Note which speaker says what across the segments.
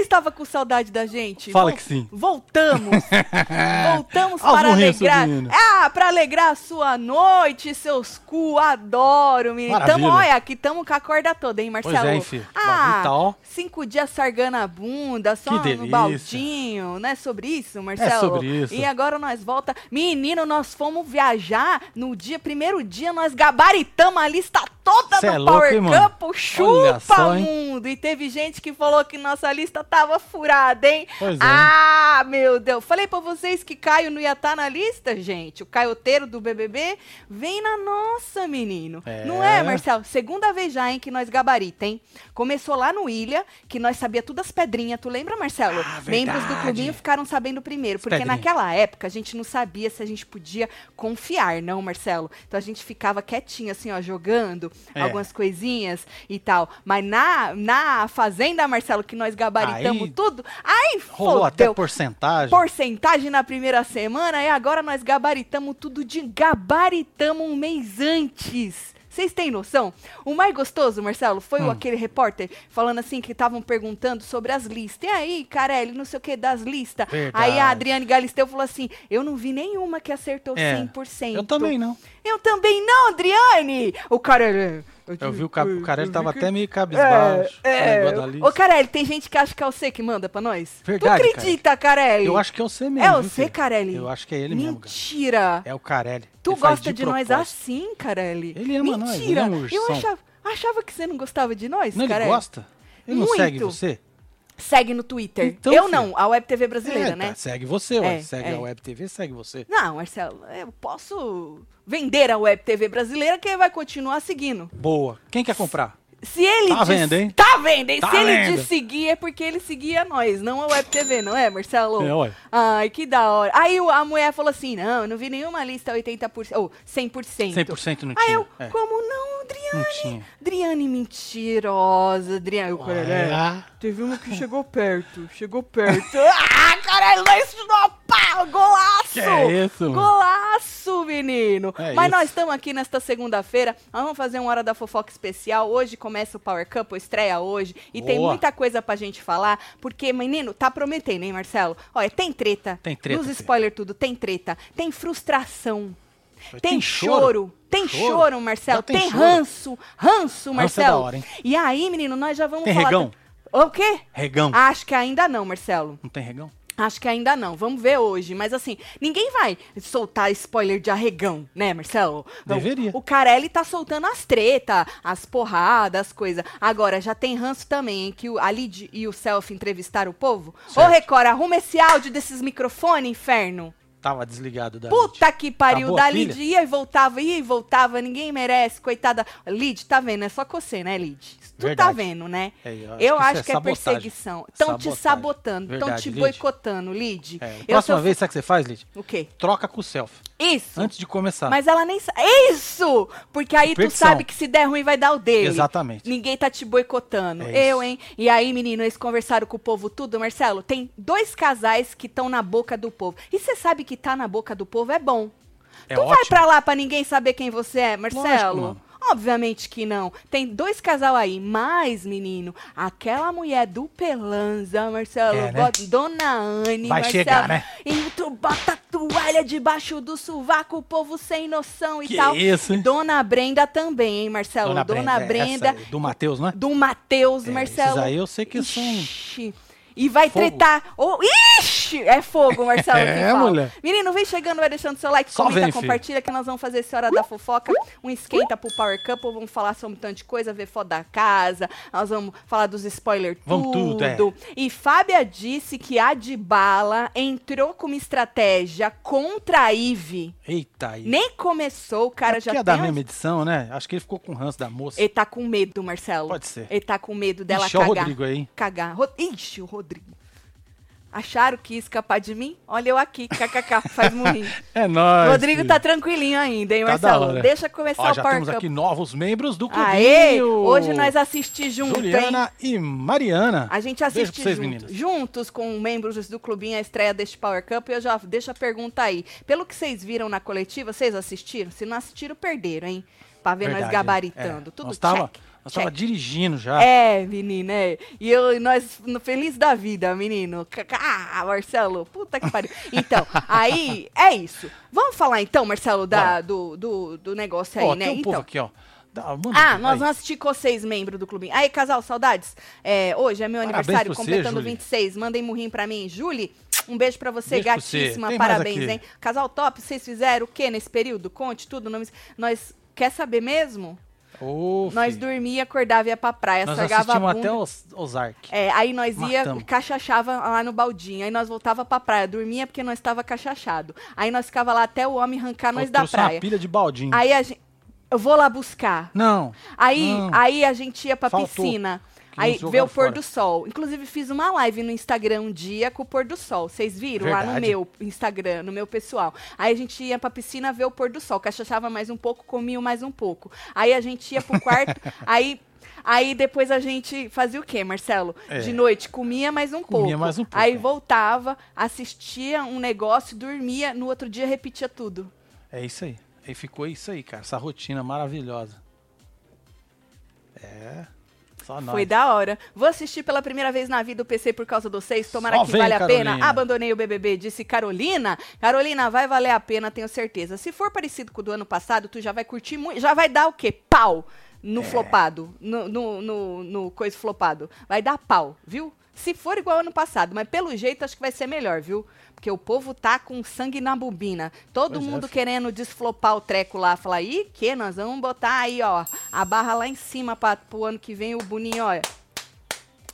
Speaker 1: estava com saudade da gente?
Speaker 2: Fala que sim.
Speaker 1: Voltamos. Voltamos
Speaker 2: Olha os
Speaker 1: para
Speaker 2: burrinhos
Speaker 1: alegrar.
Speaker 2: subindo.
Speaker 1: Ah, para alegrar a sua noite, seus cu. Adoro, menino.
Speaker 2: Maravilha.
Speaker 1: Tamo, olha, aqui tamo com a corda toda, hein, Marcelo?
Speaker 2: Pois é, hein, filho.
Speaker 1: Ah,
Speaker 2: Então,
Speaker 1: Cinco dias sargando a bunda,
Speaker 2: Que
Speaker 1: só no
Speaker 2: delícia.
Speaker 1: baldinho. Não é sobre isso, Marcelo?
Speaker 2: sobre isso.
Speaker 1: E agora nós volta. Menino, nós fomos viajar no dia, primeiro dia, nós gabaritamos a lista toda
Speaker 2: Cê
Speaker 1: do
Speaker 2: é louco,
Speaker 1: Power
Speaker 2: hein, mano?
Speaker 1: Campo. Chupa,
Speaker 2: Olha só, hein?
Speaker 1: mundo. E teve gente que falou que nossa lista tava furada, hein?
Speaker 2: pois é.
Speaker 1: Ah, meu Deus. Falei pra vocês que Caio não ia estar na lista, gente. O caioteiro do BBB vem na nossa, menino.
Speaker 2: É.
Speaker 1: Não é, Marcelo? Segunda vez já, hein, que nós gabarita, hein? Começou lá no Ilha, que nós sabia todas as pedrinhas. Tu lembra, Marcelo?
Speaker 2: Ah,
Speaker 1: Membros do
Speaker 2: verdade.
Speaker 1: clubinho ficaram sabendo primeiro. Porque
Speaker 2: pedrinhas.
Speaker 1: naquela época a gente não sabia se a gente podia confiar, não, Marcelo? Então a gente ficava quietinho, assim, ó, jogando
Speaker 2: É.
Speaker 1: algumas coisinhas e tal. Mas na, na fazenda, Marcelo, que nós gabaritamos
Speaker 2: Aí-
Speaker 1: tudo, aí
Speaker 2: Rolou
Speaker 1: fodeu.
Speaker 2: até porcentagem.
Speaker 1: Porcentagem na primeira semana e agora nós gabaritamos tudo de gabaritamos um mês antes. Vocês têm noção? O mais gostoso, Marcelo, foi o
Speaker 2: Hum.
Speaker 1: aquele repórter falando assim que estavam perguntando sobre as listas. E aí, Carelli, não sei o que das listas.
Speaker 2: Verdade.
Speaker 1: Aí a Adriane Galisteu falou assim: Eu não vi nenhuma que acertou
Speaker 2: É,
Speaker 1: 100%.
Speaker 2: Eu também não.
Speaker 1: Eu também não, Adriane! O é, Carelli.
Speaker 2: Eu vi o, ca... o cara, ele tava até meio cabisbaixo.
Speaker 1: É,
Speaker 2: É,
Speaker 1: é.
Speaker 2: negócio da lista.
Speaker 1: Ô, Carelli, tem gente que acha que é você que manda pra nós?
Speaker 2: Verdade,
Speaker 1: Tu acredita, Carelli?
Speaker 2: Eu acho que é você mesmo.
Speaker 1: É
Speaker 2: viu,
Speaker 1: você,
Speaker 2: filho?
Speaker 1: Carelli?
Speaker 2: Eu acho que é ele mesmo, cara.
Speaker 1: Mentira!
Speaker 2: É o Carelli.
Speaker 1: tu
Speaker 2: Ele faz
Speaker 1: gosta de, nós
Speaker 2: propósito.
Speaker 1: assim, Carelli?
Speaker 2: Ele ama nós, ele
Speaker 1: Mentira!
Speaker 2: é um
Speaker 1: Eu
Speaker 2: ursão.
Speaker 1: achava, achava que você não gostava de nós,
Speaker 2: Não, ele
Speaker 1: Carelli.
Speaker 2: gosta? Ele não
Speaker 1: Muito.
Speaker 2: segue você?
Speaker 1: Segue no Twitter.
Speaker 2: Então,
Speaker 1: eu
Speaker 2: filho.
Speaker 1: não, a Web TV brasileira,
Speaker 2: É,
Speaker 1: né?
Speaker 2: tá, Segue você, ué.
Speaker 1: É,
Speaker 2: segue
Speaker 1: é.
Speaker 2: a Web TV, segue você.
Speaker 1: Não, Marcelo, eu posso vender a Web TV brasileira que vai continuar seguindo.
Speaker 2: Boa. Quem quer comprar?
Speaker 1: Se ele
Speaker 2: Tá
Speaker 1: diz-
Speaker 2: vendo, hein?
Speaker 1: Tá vendo, hein?
Speaker 2: Tá
Speaker 1: Se ele
Speaker 2: vendo.
Speaker 1: diz seguir é porque ele seguia nós, não a Web TV, não é, Marcelo?
Speaker 2: É, ué.
Speaker 1: Ai, que da hora. Aí o- a mulher falou assim: não, eu não vi nenhuma lista 80%, ou 100%.
Speaker 2: 100% não tinha.
Speaker 1: Aí Ah, eu,
Speaker 2: É, Hum.
Speaker 1: como não, Adriane?
Speaker 2: Não tinha.
Speaker 1: Adriane mentirosa, Adriane. Eu, caralho,
Speaker 2: Ah,
Speaker 1: teve uma que chegou perto, chegou perto. ah, caralho, nós estudou, pá, golaço!
Speaker 2: que é isso, mano?
Speaker 1: Golaço, menino!
Speaker 2: É
Speaker 1: Mas
Speaker 2: isso.
Speaker 1: nós estamos aqui nesta segunda-feira. Nós vamos fazer uma hora da fofoca especial. Hoje começa o Power Cup, estreia hoje. E tem
Speaker 2: Boa.
Speaker 1: muita coisa pra gente falar. Porque, menino, tá prometendo, hein, Marcelo? Olha, tem treta.
Speaker 2: Tem treta,
Speaker 1: Nos
Speaker 2: filho.
Speaker 1: spoiler tudo, tem treta. Tem frustração.
Speaker 2: Mas
Speaker 1: Tem,
Speaker 2: tem
Speaker 1: choro.
Speaker 2: choro?
Speaker 1: Tem choro,
Speaker 2: Choro?
Speaker 1: Marcelo.
Speaker 2: Já tem
Speaker 1: Tem,
Speaker 2: choro?
Speaker 1: ranço.
Speaker 2: Nossa,
Speaker 1: Ranço,
Speaker 2: é da
Speaker 1: Marcelo.
Speaker 2: hora, hein?
Speaker 1: e aí, menino, nós já vamos
Speaker 2: Tem
Speaker 1: falar.
Speaker 2: regão?
Speaker 1: O quê?
Speaker 2: Regão.
Speaker 1: Acho que ainda não, Marcelo.
Speaker 2: Não tem regão?
Speaker 1: Acho que ainda não. Vamos ver hoje. Mas assim, ninguém vai soltar spoiler de arregão, né, Marcelo? Não.
Speaker 2: Deveria.
Speaker 1: O Carelli tá soltando as treta, as porradas, as coisas. Agora, já tem ranço também, hein, que o- a Lid e o Self entrevistaram o povo. Ô,
Speaker 2: Certo.
Speaker 1: Record, arruma esse áudio desses microfones, inferno.
Speaker 2: Tava desligado da
Speaker 1: Puta que pariu.
Speaker 2: Tá, Acabou
Speaker 1: Da
Speaker 2: a
Speaker 1: Lid
Speaker 2: pilha?
Speaker 1: ia e voltava, ia e voltava. Ninguém merece, coitada. Lid, tá vendo? É só com você, né, Lid? Tu tá
Speaker 2: Verdade.
Speaker 1: vendo, né?
Speaker 2: É, eu acho
Speaker 1: eu
Speaker 2: que isso
Speaker 1: acho
Speaker 2: é
Speaker 1: que é,
Speaker 2: sabotagem.
Speaker 1: perseguição. Estão te
Speaker 2: Sabotagem.
Speaker 1: sabotando, estão
Speaker 2: Verdade,
Speaker 1: te
Speaker 2: Lid.
Speaker 1: boicotando, Lid.
Speaker 2: É,
Speaker 1: Eu
Speaker 2: próxima
Speaker 1: sou-
Speaker 2: vez, sabe o que você faz, Lid?
Speaker 1: O quê?
Speaker 2: Troca com o selfie.
Speaker 1: Isso!
Speaker 2: Antes de começar.
Speaker 1: Mas ela nem sabe. Isso! Porque aí tu
Speaker 2: Perdição.
Speaker 1: sabe que se der ruim vai dar o dele.
Speaker 2: Exatamente.
Speaker 1: Ninguém tá te boicotando.
Speaker 2: É isso.
Speaker 1: eu, hein? E aí, menino, eles conversaram com o povo tudo, Marcelo. Tem dois casais que estão na boca do povo. E você sabe que tá na boca do povo é bom.
Speaker 2: É
Speaker 1: tu vai
Speaker 2: ótimo.
Speaker 1: pra lá pra ninguém saber quem você é, Marcelo?
Speaker 2: Lógico, mano.
Speaker 1: Obviamente que não. Tem dois casal aí, mas, menino, aquela mulher do Pelanza, Marcelo,
Speaker 2: É, né?
Speaker 1: bota- Dona Anne,
Speaker 2: Vai
Speaker 1: Marcelo,
Speaker 2: chegar, né?
Speaker 1: E tu bota a toalha debaixo do sovaco, o povo sem noção e
Speaker 2: Que é
Speaker 1: tal.
Speaker 2: isso, hein?
Speaker 1: Dona Brenda também, hein, Marcelo? Dona, Brenda,
Speaker 2: é, essa aí, do Matheus, né?
Speaker 1: do Matheus,
Speaker 2: É,
Speaker 1: Marcelo.
Speaker 2: Esses aí eu sei que são.
Speaker 1: Ixi. E vai
Speaker 2: Fogo.
Speaker 1: tretar. Oh, ixi! É fogo, Marcelo. que
Speaker 2: É,
Speaker 1: fala.
Speaker 2: mulher.
Speaker 1: Menino, vem chegando, vai deixando seu like,
Speaker 2: Só
Speaker 1: comenta,
Speaker 2: vem, filho.
Speaker 1: compartilha, que nós vamos fazer esse Hora da Fofoca. Um esquenta pro Power Cup, vamos falar sobre um tanto de coisa, ver foto da casa, nós vamos falar dos spoilers,
Speaker 2: Vamos tudo, é.
Speaker 1: E Fábia disse que a Dibala entrou com uma estratégia contra a Ive.
Speaker 2: Eita aí.
Speaker 1: Nem começou, o cara
Speaker 2: É
Speaker 1: já
Speaker 2: porque é
Speaker 1: tem...
Speaker 2: da
Speaker 1: uma-
Speaker 2: mesma edição, né? Acho que ele ficou com o ranço da moça.
Speaker 1: Ele tá com medo, Marcelo.
Speaker 2: Pode ser.
Speaker 1: Ele tá com medo dela
Speaker 2: Ixi, ó o
Speaker 1: cagar
Speaker 2: Rodrigo aí.
Speaker 1: cagar. Ro- Ixi, o Rodrigo. Acharam que ia escapar de mim? Olha eu aqui, kkk, faz murrinho.
Speaker 2: É nóis.
Speaker 1: Rodrigo
Speaker 2: filho.
Speaker 1: tá tranquilinho ainda, hein,
Speaker 2: Tá da
Speaker 1: Marcelo?
Speaker 2: hora.
Speaker 1: Deixa começar
Speaker 2: Ó,
Speaker 1: o
Speaker 2: já
Speaker 1: Power
Speaker 2: temos
Speaker 1: Cup.
Speaker 2: aqui um novos membros do clubinho.
Speaker 1: Aê! Hoje nós assistimos junto, hein?
Speaker 2: Juliana e Mariana.
Speaker 1: A gente
Speaker 2: Beijo
Speaker 1: assiste
Speaker 2: pra vocês,
Speaker 1: junto,
Speaker 2: meninas.
Speaker 1: juntos com membros do clubinho a estreia deste Power Cup. E eu já deixo a pergunta aí. Pelo que vocês viram na coletiva, vocês assistiram? Se não assistiram, perderam, hein? Pra ver nós
Speaker 2: Verdade,
Speaker 1: gabaritando.
Speaker 2: é.
Speaker 1: Tudo
Speaker 2: nós tava,
Speaker 1: check.
Speaker 2: Nós tava dirigindo já.
Speaker 1: É, menino, é. E eu, e nós, no feliz da vida, menino. Ah, Marcelo, puta que pariu. Então, aí, é isso. Vamos falar então, Marcelo, da, do, do, do negócio aí,
Speaker 2: ó,
Speaker 1: né?
Speaker 2: tem um
Speaker 1: então.
Speaker 2: povo aqui, ó. Dá- manda
Speaker 1: Ah,
Speaker 2: aí.
Speaker 1: nós vamos assistir com vocês, membro do clubinho. Aí, casal, saudades. É, hoje é meu
Speaker 2: Parabéns
Speaker 1: aniversário,
Speaker 2: pra você,
Speaker 1: completando
Speaker 2: Julie.
Speaker 1: 26. Mandem murrinho pra mim. Julie, um beijo pra você,
Speaker 2: Beijo pra você.
Speaker 1: gatíssima.
Speaker 2: Tem mais
Speaker 1: Parabéns,
Speaker 2: aqui.
Speaker 1: hein? Casal top, vocês fizeram o que nesse período? Conte tudo. Não me... Nós, quer saber mesmo?
Speaker 2: Ô,
Speaker 1: Nós
Speaker 2: filho,
Speaker 1: dormia, acordava, ia pra praia,
Speaker 2: nós
Speaker 1: sargava a
Speaker 2: assistimos
Speaker 1: bunda.
Speaker 2: até Os- Ozark.
Speaker 1: É, aí nós ia,
Speaker 2: Matamos.
Speaker 1: cachachava lá no baldinho, aí nós voltava pra praia, dormia porque nós tava cachachado. Aí nós ficava lá até o homem arrancar nós
Speaker 2: Eu
Speaker 1: da
Speaker 2: trouxe
Speaker 1: É, praia.
Speaker 2: uma pilha de baldinho.
Speaker 1: Aí a gente, eu vou lá buscar.
Speaker 2: Não.
Speaker 1: Aí,
Speaker 2: Não.
Speaker 1: aí a gente ia pra
Speaker 2: Ah. Faltou,
Speaker 1: piscina.
Speaker 2: que
Speaker 1: Aí
Speaker 2: eles
Speaker 1: ver o
Speaker 2: jogaram
Speaker 1: pôr
Speaker 2: fora.
Speaker 1: do sol. Inclusive fiz uma live no Instagram um dia com o pôr do sol. Vocês viram lá no
Speaker 2: Verdade.
Speaker 1: meu Instagram, no meu pessoal. Aí a gente ia pra piscina ver o pôr do sol, cachachava mais um pouco, comia mais um pouco. Aí a gente ia pro quarto, aí Aí depois a gente fazia o quê, Marcelo?
Speaker 2: É.
Speaker 1: De noite comia mais um
Speaker 2: Comia
Speaker 1: pouco.
Speaker 2: mais um pouco,
Speaker 1: Aí
Speaker 2: é.
Speaker 1: voltava, assistia um negócio, dormia, no outro dia repetia tudo.
Speaker 2: É isso aí. Aí ficou isso aí, cara. Essa rotina maravilhosa. É. Só nós.
Speaker 1: Foi da hora. Vou assistir pela primeira vez na vida o PC por causa de vocês. Tomara
Speaker 2: Só
Speaker 1: que
Speaker 2: vem,
Speaker 1: vale a pena.
Speaker 2: Carolina.
Speaker 1: Abandonei o BBB, disse Carolina. Carolina, vai valer a pena, tenho certeza. Se for parecido com o do ano passado, tu já vai curtir muito. Já vai dar o quê? Pau
Speaker 2: É.
Speaker 1: no flopado. No, no, no, no coisa flopado. Vai dar pau, viu? Se for igual ao ano passado, mas pelo jeito acho que vai ser melhor, viu? Porque o povo tá com sangue na bobina. Todo
Speaker 2: Pois é,
Speaker 1: mundo
Speaker 2: filho.
Speaker 1: querendo desflopar o treco lá, falar, ih, que nós vamos botar aí, ó, a barra lá em cima pra, pro ano que vem, o Boninho, olha.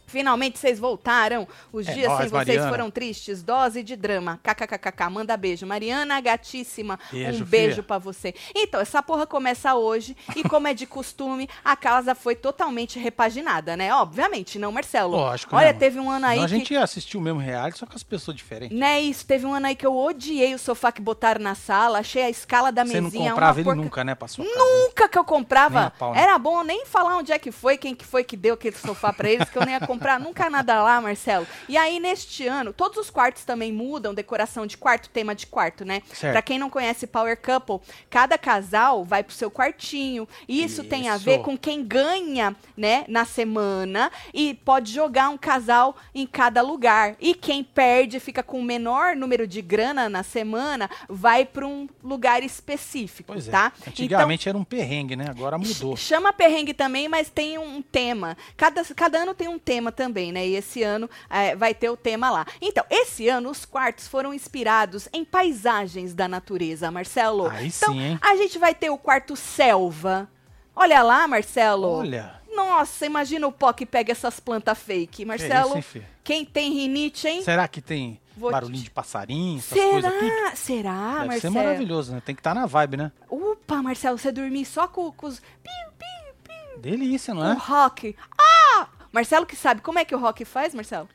Speaker 1: Finalmente vocês voltaram. Os
Speaker 2: É
Speaker 1: dias sem
Speaker 2: nóis,
Speaker 1: vocês
Speaker 2: Mariana.
Speaker 1: foram tristes. Dose de drama. KKKKK. Manda beijo. Mariana, gatíssima.
Speaker 2: Beijo,
Speaker 1: um beijo
Speaker 2: filha.
Speaker 1: pra você. Então, essa porra começa hoje. E como é de costume, a casa foi totalmente repaginada, né? Obviamente, não, Marcelo?
Speaker 2: Lógico, né,
Speaker 1: Olha,
Speaker 2: mano?
Speaker 1: teve um ano aí
Speaker 2: Senão a
Speaker 1: que...
Speaker 2: gente ia assistir o mesmo reality, só com as pessoas diferentes.
Speaker 1: Né, isso. Teve um ano aí que eu odiei o sofá que botaram na sala, achei a escala da
Speaker 2: Você não
Speaker 1: mesinha é
Speaker 2: comprava
Speaker 1: uma
Speaker 2: ele
Speaker 1: porca-
Speaker 2: nunca, né, pra sua casa?
Speaker 1: Nunca que eu comprava.
Speaker 2: Nem a pau, né?
Speaker 1: Era bom eu nem falar onde é que foi, quem que foi que deu aquele sofá pra eles, que eu nem ia comprar nunca nada lá, Marcelo. E aí, neste ano, todos os quartos também mudam, decoração de quarto, tema de quarto, né?
Speaker 2: Certo.
Speaker 1: Pra quem não conhece Power Couple, cada casal vai pro seu quartinho. E isso, tem a
Speaker 2: Isso.
Speaker 1: ver com quem ganha, né, na semana e pode jogar um casal em cada lugar. E quem perde, fica com o menor número de grana na semana, vai pra um lugar específico,
Speaker 2: Pois é.
Speaker 1: tá? Então,
Speaker 2: Antigamente era um perrengue, né? Agora mudou.
Speaker 1: Chama perrengue também, mas tem um tema. Cada, cada ano tem um tema também, né? E esse ano eh, vai ter o tema lá. Então, esse ano os quartos foram inspirados em paisagens da natureza, Marcelo.
Speaker 2: Aí
Speaker 1: então,
Speaker 2: sim, hein?
Speaker 1: a gente vai ter o quarto selva. Olha lá, Marcelo.
Speaker 2: Olha.
Speaker 1: Nossa, imagina o pó que pega essas plantas fake. Marcelo,
Speaker 2: É isso, hein, Fê?
Speaker 1: quem tem rinite, hein?
Speaker 2: Será que tem
Speaker 1: Vou te-
Speaker 2: barulhinho de passarinho, essas coisas tudo?
Speaker 1: Será? Será,
Speaker 2: Deve ser
Speaker 1: Ah, Marcelo?
Speaker 2: maravilhoso, né? Tem que estar na vibe, né?
Speaker 1: Opa, Marcelo, você dormir só com, com os... Piu, piu,
Speaker 2: Delícia, não
Speaker 1: O
Speaker 2: é?
Speaker 1: rock. Ah! Marcelo que sabe. Como é que o rock faz, Marcelo?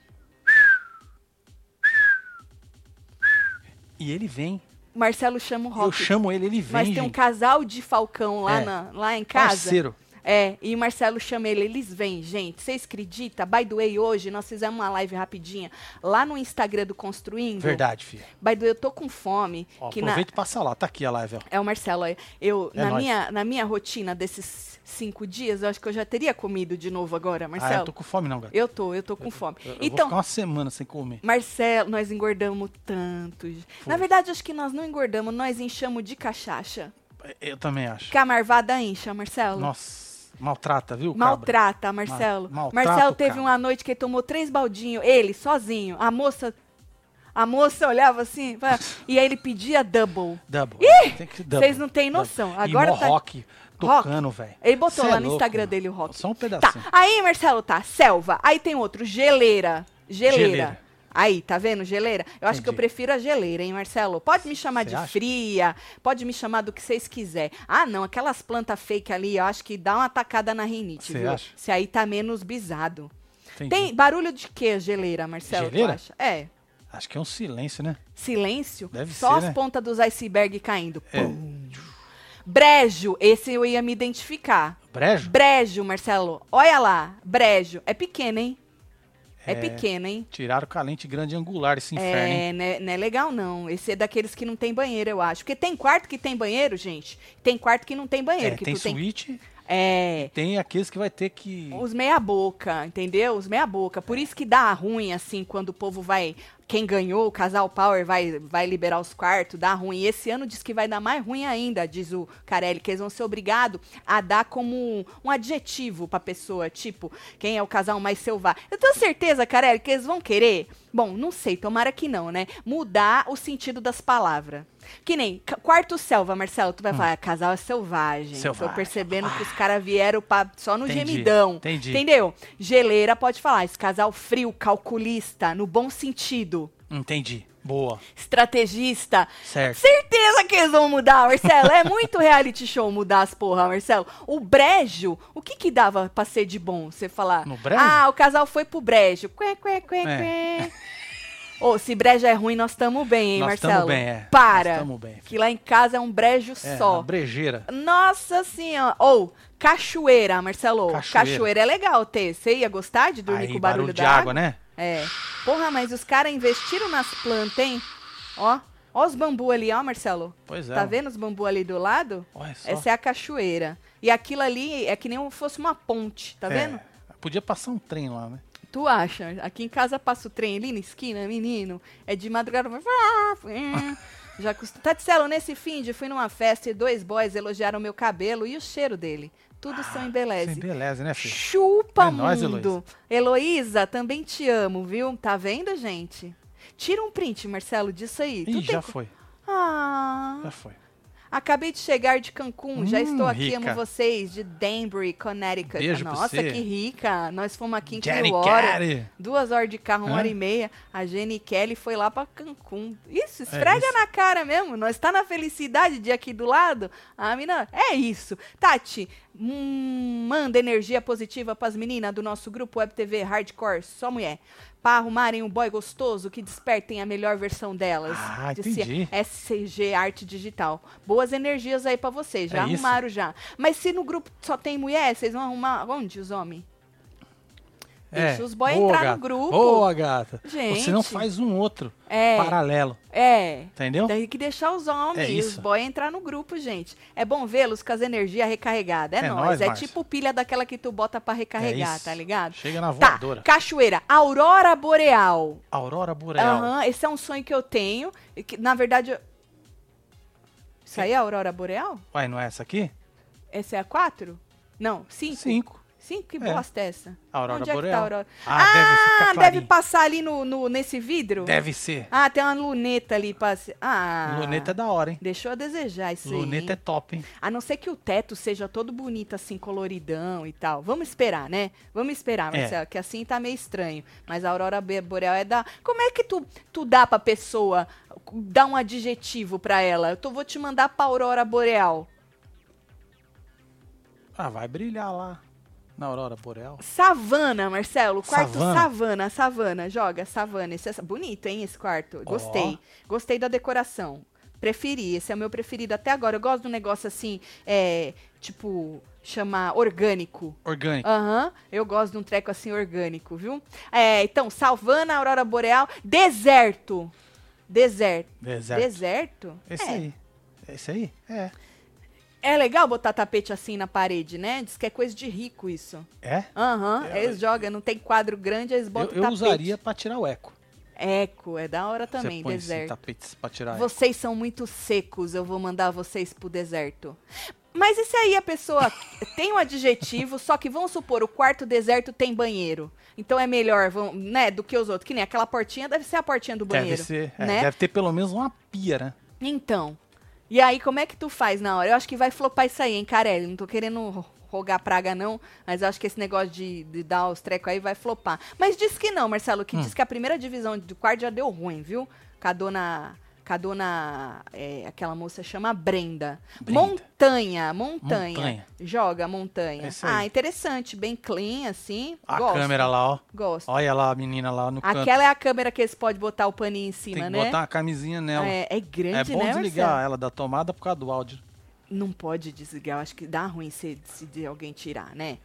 Speaker 2: E ele vem.
Speaker 1: Marcelo chama o rock.
Speaker 2: Eu chamo ele, ele vem,
Speaker 1: Mas tem um
Speaker 2: gente.
Speaker 1: casal de falcão lá,
Speaker 2: É.
Speaker 1: na- lá em casa.
Speaker 2: Parceiro.
Speaker 1: É, e Marcelo chama ele, eles vêm, gente. Vocês acreditam? By the way, hoje nós fizemos uma live rapidinha lá no Instagram do Construindo.
Speaker 2: Verdade, filho.
Speaker 1: By the way, eu tô com fome.
Speaker 2: Ó,
Speaker 1: que na,
Speaker 2: aproveita e passa lá. Tá aqui a live, ó.
Speaker 1: É o Marcelo. é. Eu,
Speaker 2: É
Speaker 1: na,
Speaker 2: nóis.
Speaker 1: minha, na minha rotina desses cinco dias, eu acho que eu já teria comido de novo agora,
Speaker 2: Ah, eu tô
Speaker 1: Marcelo.
Speaker 2: com fome, não, gato.
Speaker 1: eu, tô... eu tô, com fome.
Speaker 2: Eu, eu vou
Speaker 1: então,
Speaker 2: ficar uma semana sem comer.
Speaker 1: Marcelo, nós engordamos tanto. Na verdade, acho que nós não engordamos, nós inchamos de cachaça.
Speaker 2: Eu também acho.
Speaker 1: Que a marvada incha, Marcelo.
Speaker 2: Nossa, maltrata, viu, cabra?
Speaker 1: Maltrata, Marcelo.
Speaker 2: Ma- maltrata
Speaker 1: Marcelo
Speaker 2: o
Speaker 1: teve
Speaker 2: cabra.
Speaker 1: uma noite que ele tomou três baldinhos, ele, sozinho. A moça. A moça olhava assim, fa- e aí ele pedia double.
Speaker 2: Double. Tem que ser double.
Speaker 1: Vocês não têm
Speaker 2: Double.
Speaker 1: noção. Agora
Speaker 2: e mó
Speaker 1: tá-
Speaker 2: rock tocando, velho.
Speaker 1: Ele botou
Speaker 2: Cê é
Speaker 1: lá no
Speaker 2: louco,
Speaker 1: Instagram
Speaker 2: mano.
Speaker 1: dele o rock.
Speaker 2: Só um
Speaker 1: Tá.
Speaker 2: pedacinho.
Speaker 1: Aí, Marcelo, tá. Selva. Aí tem outro. Geleira. Geleira.
Speaker 2: Geleira.
Speaker 1: Aí, tá vendo? Geleira? Eu acho que eu
Speaker 2: Entendi.
Speaker 1: prefiro a geleira, hein, Marcelo? Pode me chamar
Speaker 2: Cê
Speaker 1: de
Speaker 2: acha?
Speaker 1: fria, pode me chamar do que vocês quiser. Ah, não, aquelas plantas fake ali, eu acho que dá uma tacada na rinite,
Speaker 2: Cê
Speaker 1: viu?
Speaker 2: acha?
Speaker 1: Se aí tá menos bizado.
Speaker 2: Entendi.
Speaker 1: Tem barulho de quê, geleira, Marcelo? tu
Speaker 2: Geleira?
Speaker 1: acha? É.
Speaker 2: Acho que é um silêncio, né?
Speaker 1: Silêncio?
Speaker 2: Deve
Speaker 1: Só
Speaker 2: ser,
Speaker 1: as
Speaker 2: né?
Speaker 1: pontas dos iceberg caindo.
Speaker 2: É.
Speaker 1: Pum. Brejo, esse eu ia me identificar.
Speaker 2: Brejo?
Speaker 1: Brejo, Marcelo. Olha lá, brejo. É pequeno, hein? É, pequeno, hein?
Speaker 2: Tiraram com a lente grande angular esse inferno, hein?
Speaker 1: É, né- não é legal não. Esse é daqueles que não tem banheiro, eu acho. Porque tem quarto que tem banheiro, gente. Tem quarto que não tem banheiro.
Speaker 2: É,
Speaker 1: que
Speaker 2: tem
Speaker 1: tu tem...
Speaker 2: suíte,
Speaker 1: É.
Speaker 2: Tem aqueles que vai ter que.
Speaker 1: Os meia-boca, entendeu? Os meia-boca. Por isso que dá ruim, assim, quando o povo vai. Quem ganhou, o casal Power, vai, vai liberar os quartos, dá ruim. E esse ano diz que vai dar mais ruim ainda, diz o Carelli, que eles vão ser obrigados a dar como um, um adjetivo pra pessoa, tipo, quem é o casal mais selvagem. Eu tenho certeza, Carelli, que eles vão querer. Bom, não sei, tomara que não, né? Mudar o sentido das palavras. Que nem ca- quarto selva, Marcelo, tu vai falar, casal é selvagem. Tô
Speaker 2: Selvagem.
Speaker 1: percebendo que os caras vieram pra, só no
Speaker 2: Entendi,
Speaker 1: gemidão.
Speaker 2: entendi.
Speaker 1: Entendeu? Geleira pode falar, esse casal frio, calculista, no bom sentido.
Speaker 2: Entendi. Boa.
Speaker 1: Estrategista.
Speaker 2: Certo.
Speaker 1: Certeza que eles vão mudar, Marcelo. É muito reality show mudar as porra, Marcelo. O brejo, o que que dava pra ser de bom? Você falar.
Speaker 2: No brejo?
Speaker 1: Ah, o casal foi pro brejo. Quê, quê, quê,
Speaker 2: É.
Speaker 1: quê. Ô, se brejo é ruim, nós estamos bem, hein,
Speaker 2: Nós tamo
Speaker 1: Marcelo?
Speaker 2: bem, é.
Speaker 1: Para.
Speaker 2: Nós tamo bem.
Speaker 1: Que lá em casa é um brejo
Speaker 2: É,
Speaker 1: só. Tá
Speaker 2: a brejeira.
Speaker 1: Nossa senhora. Ou, cachoeira, Marcelo. Cachoeira.
Speaker 2: Cachoeira.
Speaker 1: é legal ter. Você ia gostar de dormir
Speaker 2: Aí,
Speaker 1: com o
Speaker 2: barulho,
Speaker 1: barulho,
Speaker 2: de
Speaker 1: da
Speaker 2: água, né?
Speaker 1: É. Porra, mas os caras investiram nas plantas, hein? Ó. Ó os bambu ali, ó, Marcelo.
Speaker 2: Pois é.
Speaker 1: Tá
Speaker 2: mano.
Speaker 1: vendo os bambu ali do lado?
Speaker 2: Olha só.
Speaker 1: Essa é a cachoeira. E aquilo ali é que nem fosse uma ponte, tá
Speaker 2: É,
Speaker 1: vendo?
Speaker 2: Podia passar um trem lá, né?
Speaker 1: Tu acha? Aqui em casa passa o trem ali na esquina, menino. É de madrugada. vai- Já custa. Tatselo, nesse fim de fui numa festa e dois boys elogiaram meu cabelo e o cheiro dele. Tudo são
Speaker 2: Sem Ah,
Speaker 1: embeleze.
Speaker 2: beleza, né, filho?
Speaker 1: Chupa,
Speaker 2: É nóis,
Speaker 1: mundo. Heloísa, também te amo, viu? Tá vendo, gente? Tira um print, Marcelo, disso aí. Tu
Speaker 2: Ih,
Speaker 1: então tem
Speaker 2: já
Speaker 1: co-
Speaker 2: foi.
Speaker 1: Ah.
Speaker 2: Já foi.
Speaker 1: Acabei de chegar de Cancún, já
Speaker 2: Hum,
Speaker 1: estou aqui,
Speaker 2: rica.
Speaker 1: amo vocês, de Danbury, Connecticut.
Speaker 2: Beijo pra
Speaker 1: Nossa,
Speaker 2: você.
Speaker 1: que rica! Nós fomos aqui em
Speaker 2: Jenny
Speaker 1: Clearwater,
Speaker 2: Carey.
Speaker 1: duas horas de carro, uma
Speaker 2: Hã?
Speaker 1: hora e meia. A Jenny Kelly foi lá pra Cancún. Isso, esfrega
Speaker 2: É isso.
Speaker 1: na cara mesmo. Nós tá na felicidade de aqui do lado. A mina, é isso. Tati, hum, manda energia positiva pras meninas do nosso grupo Web TV Hardcore, só mulher. Pra arrumarem um boy gostoso que despertem a melhor versão delas.
Speaker 2: Ah,
Speaker 1: Disse
Speaker 2: entendi.
Speaker 1: SCG Arte Digital. Boas energias aí pra vocês. Já
Speaker 2: É isso?
Speaker 1: arrumaram já. Mas se no grupo só tem mulher, vocês vão arrumar onde os homens? Deixa os boy
Speaker 2: É. boa,
Speaker 1: entrar
Speaker 2: gata.
Speaker 1: no grupo.
Speaker 2: Boa, gata.
Speaker 1: Gente.
Speaker 2: Você não faz um outro
Speaker 1: É.
Speaker 2: paralelo,
Speaker 1: É.
Speaker 2: entendeu?
Speaker 1: Tem que deixar os homens
Speaker 2: Então, É
Speaker 1: e os
Speaker 2: isso.
Speaker 1: boy entrar no grupo, gente. É bom vê-los com as energias recarregadas. É,
Speaker 2: É
Speaker 1: nóis.
Speaker 2: nóis,
Speaker 1: É
Speaker 2: Márcia.
Speaker 1: tipo pilha daquela que tu bota pra recarregar,
Speaker 2: É isso.
Speaker 1: tá ligado?
Speaker 2: Chega na
Speaker 1: Tá,
Speaker 2: voadora.
Speaker 1: cachoeira, aurora boreal.
Speaker 2: Aurora Boreal.
Speaker 1: Aham, esse é um sonho que eu tenho. e Que, na verdade, eu- isso aí é aurora boreal?
Speaker 2: Uai, não é essa aqui?
Speaker 1: Essa é a 4? Não, 5?
Speaker 2: Cinco.
Speaker 1: 5? Que
Speaker 2: É.
Speaker 1: bosta é essa?
Speaker 2: Aurora
Speaker 1: Onde é que tá
Speaker 2: Boreal.
Speaker 1: a aurora?
Speaker 2: Ah, deve ficar
Speaker 1: Ah,
Speaker 2: clarinho. É.
Speaker 1: deve passar ali no, no- nesse vidro?
Speaker 2: Deve ser.
Speaker 1: Ah, tem uma luneta ali. Pra... se- Ah,
Speaker 2: Luneta é da hora, hein?
Speaker 1: deixou a desejar isso
Speaker 2: Luneta
Speaker 1: aí.
Speaker 2: é top, hein?
Speaker 1: hein? A não ser que o teto seja todo bonito, assim, coloridão e tal. Vamos esperar, né? Vamos esperar,
Speaker 2: É.
Speaker 1: Marcelo, que assim tá meio estranho. Mas a aurora be- boreal é da... Como é que tu, tu dá pra pessoa, dá um adjetivo pra ela? Eu tô, vou te mandar pra aurora boreal.
Speaker 2: Ah, vai brilhar lá na Aurora Boreal.
Speaker 1: Savana, Marcelo. Quarto
Speaker 2: Savana?
Speaker 1: Savana, Savana. Joga, Savana. Esse é bonito, hein, esse quarto. Gostei. Gostei da decoração. Preferi. Esse é o meu preferido até agora. Eu gosto do negócio assim, é, tipo, chamar orgânico.
Speaker 2: Orgânico.
Speaker 1: Aham, eu gosto de um treco assim orgânico, viu? É, então, Savana, Aurora Boreal, Deserto. Deserto.
Speaker 2: Deserto.
Speaker 1: Deserto?
Speaker 2: Esse
Speaker 1: Ah, é.
Speaker 2: aí. Esse aí? É.
Speaker 1: É legal botar tapete assim na parede, né? Diz que é coisa de rico isso.
Speaker 2: É?
Speaker 1: Aham,
Speaker 2: É,
Speaker 1: eles jogam, não tem quadro grande, eles
Speaker 2: Eu,
Speaker 1: botam
Speaker 2: eu
Speaker 1: tapete.
Speaker 2: usaria pra tirar o eco.
Speaker 1: Eco, é da hora
Speaker 2: Você
Speaker 1: também,
Speaker 2: põe assim, esse
Speaker 1: deserto.
Speaker 2: tapete pra tirar eco.
Speaker 1: Vocês são muito secos, eu vou mandar vocês pro deserto. Mas e se aí a pessoa tem um adjetivo, só que vamos supor, o quarto deserto tem banheiro. Então é melhor, vão- né, do que os outros. Que nem aquela portinha, deve ser a portinha do banheiro.
Speaker 2: Deve ser. é,
Speaker 1: né?
Speaker 2: Deve ter pelo menos uma pia, né?
Speaker 1: Então. E aí, como é que tu faz na hora? Eu acho que vai flopar isso aí, hein, Carelli? Não tô querendo ro- rogar praga, não, mas eu acho que esse negócio de, de dar os trecos aí vai flopar. Mas diz que não, Marcelo,
Speaker 2: Hum.
Speaker 1: que diz que a primeira divisão do quarto já deu ruim, viu? Com a dona. Com a dona. é, aquela moça chama Brenda.
Speaker 2: Brenda.
Speaker 1: Montanha, montanha.
Speaker 2: Montanha.
Speaker 1: Joga montanha.
Speaker 2: É isso aí.
Speaker 1: ah, interessante, bem clean, assim.
Speaker 2: A
Speaker 1: Gosto,
Speaker 2: câmera lá, ó.
Speaker 1: Gosto.
Speaker 2: Olha lá a menina lá no canto.
Speaker 1: Aquela é a câmera que eles podem botar o paninho em
Speaker 2: Tem
Speaker 1: cima,
Speaker 2: que
Speaker 1: né?
Speaker 2: botar uma camisinha nela.
Speaker 1: é, é grande,
Speaker 2: É bom
Speaker 1: né,
Speaker 2: desligar
Speaker 1: Marcelo?
Speaker 2: ela da tomada por causa do áudio.
Speaker 1: Não pode desligar, eu acho que dá ruim se, se de alguém tirar, né?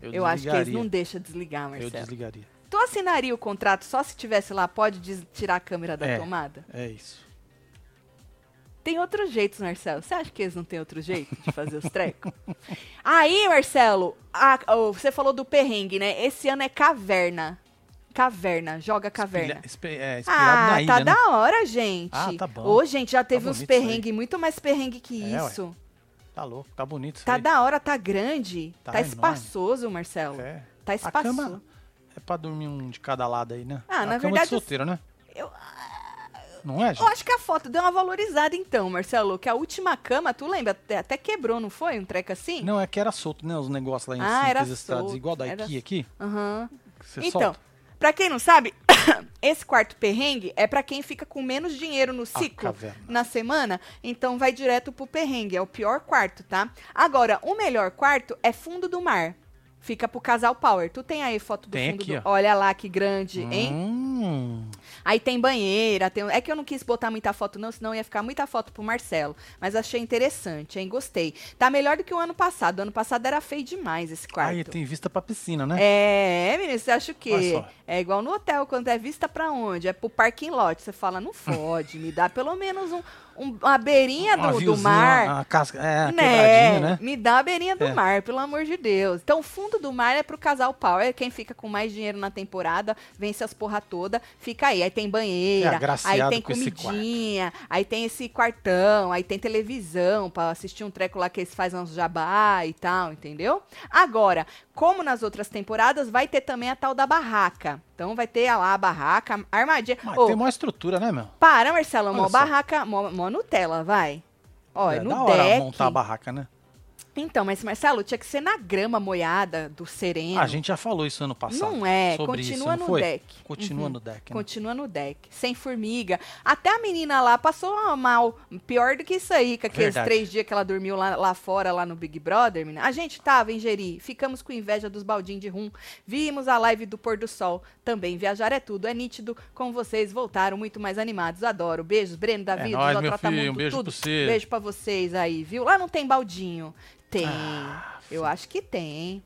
Speaker 2: Eu,
Speaker 1: Eu, acho que eles
Speaker 2: desligaria.
Speaker 1: não deixam desligar,
Speaker 2: Eu
Speaker 1: Marcelo.
Speaker 2: desligaria.
Speaker 1: Tu assinaria o contrato só se tivesse lá, pode des- tirar a câmera da
Speaker 2: É.
Speaker 1: tomada?
Speaker 2: É isso.
Speaker 1: Tem outros jeitos, Marcelo. Você acha que eles não têm outro jeito de fazer os trecos? Aí, Marcelo, a- oh, você falou do perrengue, né? Esse ano é caverna. Caverna, joga caverna.
Speaker 2: Espelha- espe- é, inspirado
Speaker 1: Ah,
Speaker 2: na ilha,
Speaker 1: tá
Speaker 2: né?
Speaker 1: da hora, gente.
Speaker 2: Ah, tá bom.
Speaker 1: Ô, gente, já teve uns
Speaker 2: bonito isso aí.
Speaker 1: perrengue, muito mais perrengue que
Speaker 2: É, ué.
Speaker 1: isso.
Speaker 2: Tá louco, tá bonito isso
Speaker 1: Tá
Speaker 2: aí.
Speaker 1: da hora, tá grande. Tá,
Speaker 2: Tá enorme.
Speaker 1: espaçoso, Marcelo.
Speaker 2: É.
Speaker 1: Tá
Speaker 2: A
Speaker 1: espaçoso.
Speaker 2: cama é pra dormir um de cada lado aí, né?
Speaker 1: Ah,
Speaker 2: a
Speaker 1: na
Speaker 2: cama
Speaker 1: verdade,
Speaker 2: de solteiro, né?
Speaker 1: eu- ah,
Speaker 2: Não é,
Speaker 1: Eu
Speaker 2: gente?
Speaker 1: acho que a foto deu uma valorizada então, Marcelo, que a última cama, tu lembra, até, até quebrou, não foi? Um treco assim?
Speaker 2: Não, é que era solto, né? Os negócios lá em
Speaker 1: Ah,
Speaker 2: cima,
Speaker 1: era
Speaker 2: as estradas.
Speaker 1: solto,
Speaker 2: Igual da
Speaker 1: era
Speaker 2: IKEA aqui.
Speaker 1: Aham.
Speaker 2: que Você
Speaker 1: Então,
Speaker 2: solta.
Speaker 1: pra quem não sabe, esse quarto perrengue é pra quem fica com menos dinheiro no
Speaker 2: A
Speaker 1: ciclo
Speaker 2: Ah, caverna.
Speaker 1: na semana, então vai direto pro perrengue, é o pior quarto, tá? Agora, o melhor quarto é fundo do mar. Fica pro casal Power. Tu tem aí foto do
Speaker 2: Tem
Speaker 1: fundo
Speaker 2: aqui,
Speaker 1: do...
Speaker 2: ó.
Speaker 1: Olha lá que grande, hein?
Speaker 2: Hum,
Speaker 1: Aí tem banheira, tem... é que eu não quis botar muita foto não, senão ia ficar muita foto pro Marcelo. Mas achei interessante, hein? Gostei. Tá melhor do que o ano passado. O ano passado era feio demais esse quarto.
Speaker 2: Aí tem vista pra piscina, né?
Speaker 1: É, menino, você acha o
Speaker 2: Olha
Speaker 1: quê?
Speaker 2: só.
Speaker 1: É igual no hotel, quando é vista pra onde? É pro parking lot. Você fala, não fode, me dá pelo menos um, um- uma beirinha
Speaker 2: Um
Speaker 1: do, do
Speaker 2: aviãozinho,
Speaker 1: mar.
Speaker 2: A, a casca, é, a
Speaker 1: Né?
Speaker 2: quebradinha, né?
Speaker 1: Me dá a beirinha do
Speaker 2: É.
Speaker 1: mar, pelo amor de Deus. Então, o fundo do mar é pro casal Power. Quem fica com mais dinheiro na temporada, vence as porra toda, fica aí. Aí tem
Speaker 2: É
Speaker 1: banheira, aí
Speaker 2: agraciado
Speaker 1: tem
Speaker 2: com esse
Speaker 1: comidinha, aí tem esse quartão, aí tem televisão pra assistir um treco lá que eles fazem uns jabá e tal, entendeu? Agora, como nas outras temporadas, vai ter também a tal da barraca. Então, vai ter lá a barraca, a armadilha.
Speaker 2: Mas
Speaker 1: Ô,
Speaker 2: tem uma estrutura, né, meu?
Speaker 1: Para, Marcelo, mó
Speaker 2: Olha só.
Speaker 1: barraca, mó, mó Nutella, vai. Ó,
Speaker 2: é
Speaker 1: no
Speaker 2: da hora
Speaker 1: deck.
Speaker 2: montar a barraca, né?
Speaker 1: Então, mas Marcelo, tinha que ser na grama molhada do sereno.
Speaker 2: Ah, a gente já falou isso ano passado.
Speaker 1: não é,
Speaker 2: sobre isso,
Speaker 1: continua
Speaker 2: não
Speaker 1: no
Speaker 2: foi?
Speaker 1: deck. Uhum.
Speaker 2: Continua no deck, né?
Speaker 1: Continua no deck, sem formiga. Até a menina lá passou ah, mal, pior do que isso aí, com aqueles
Speaker 2: Verdade.
Speaker 1: três dias que ela dormiu lá, lá fora, lá no Big Brother, menina. A gente tava em Jeri, ficamos com inveja dos baldinhos de rum, vimos a live do pôr do sol, também viajar é tudo, é nítido, com vocês voltaram muito mais animados, adoro. Beijos, Breno, Davi,
Speaker 2: nóis,
Speaker 1: Dudu,
Speaker 2: meu
Speaker 1: Trata
Speaker 2: filho,
Speaker 1: Mundo,
Speaker 2: um beijo
Speaker 1: tudo.
Speaker 2: pra você.
Speaker 1: Beijo pra vocês aí, viu? Lá não tem baldinho. Tem,
Speaker 2: Ah,
Speaker 1: eu acho que tem, hein?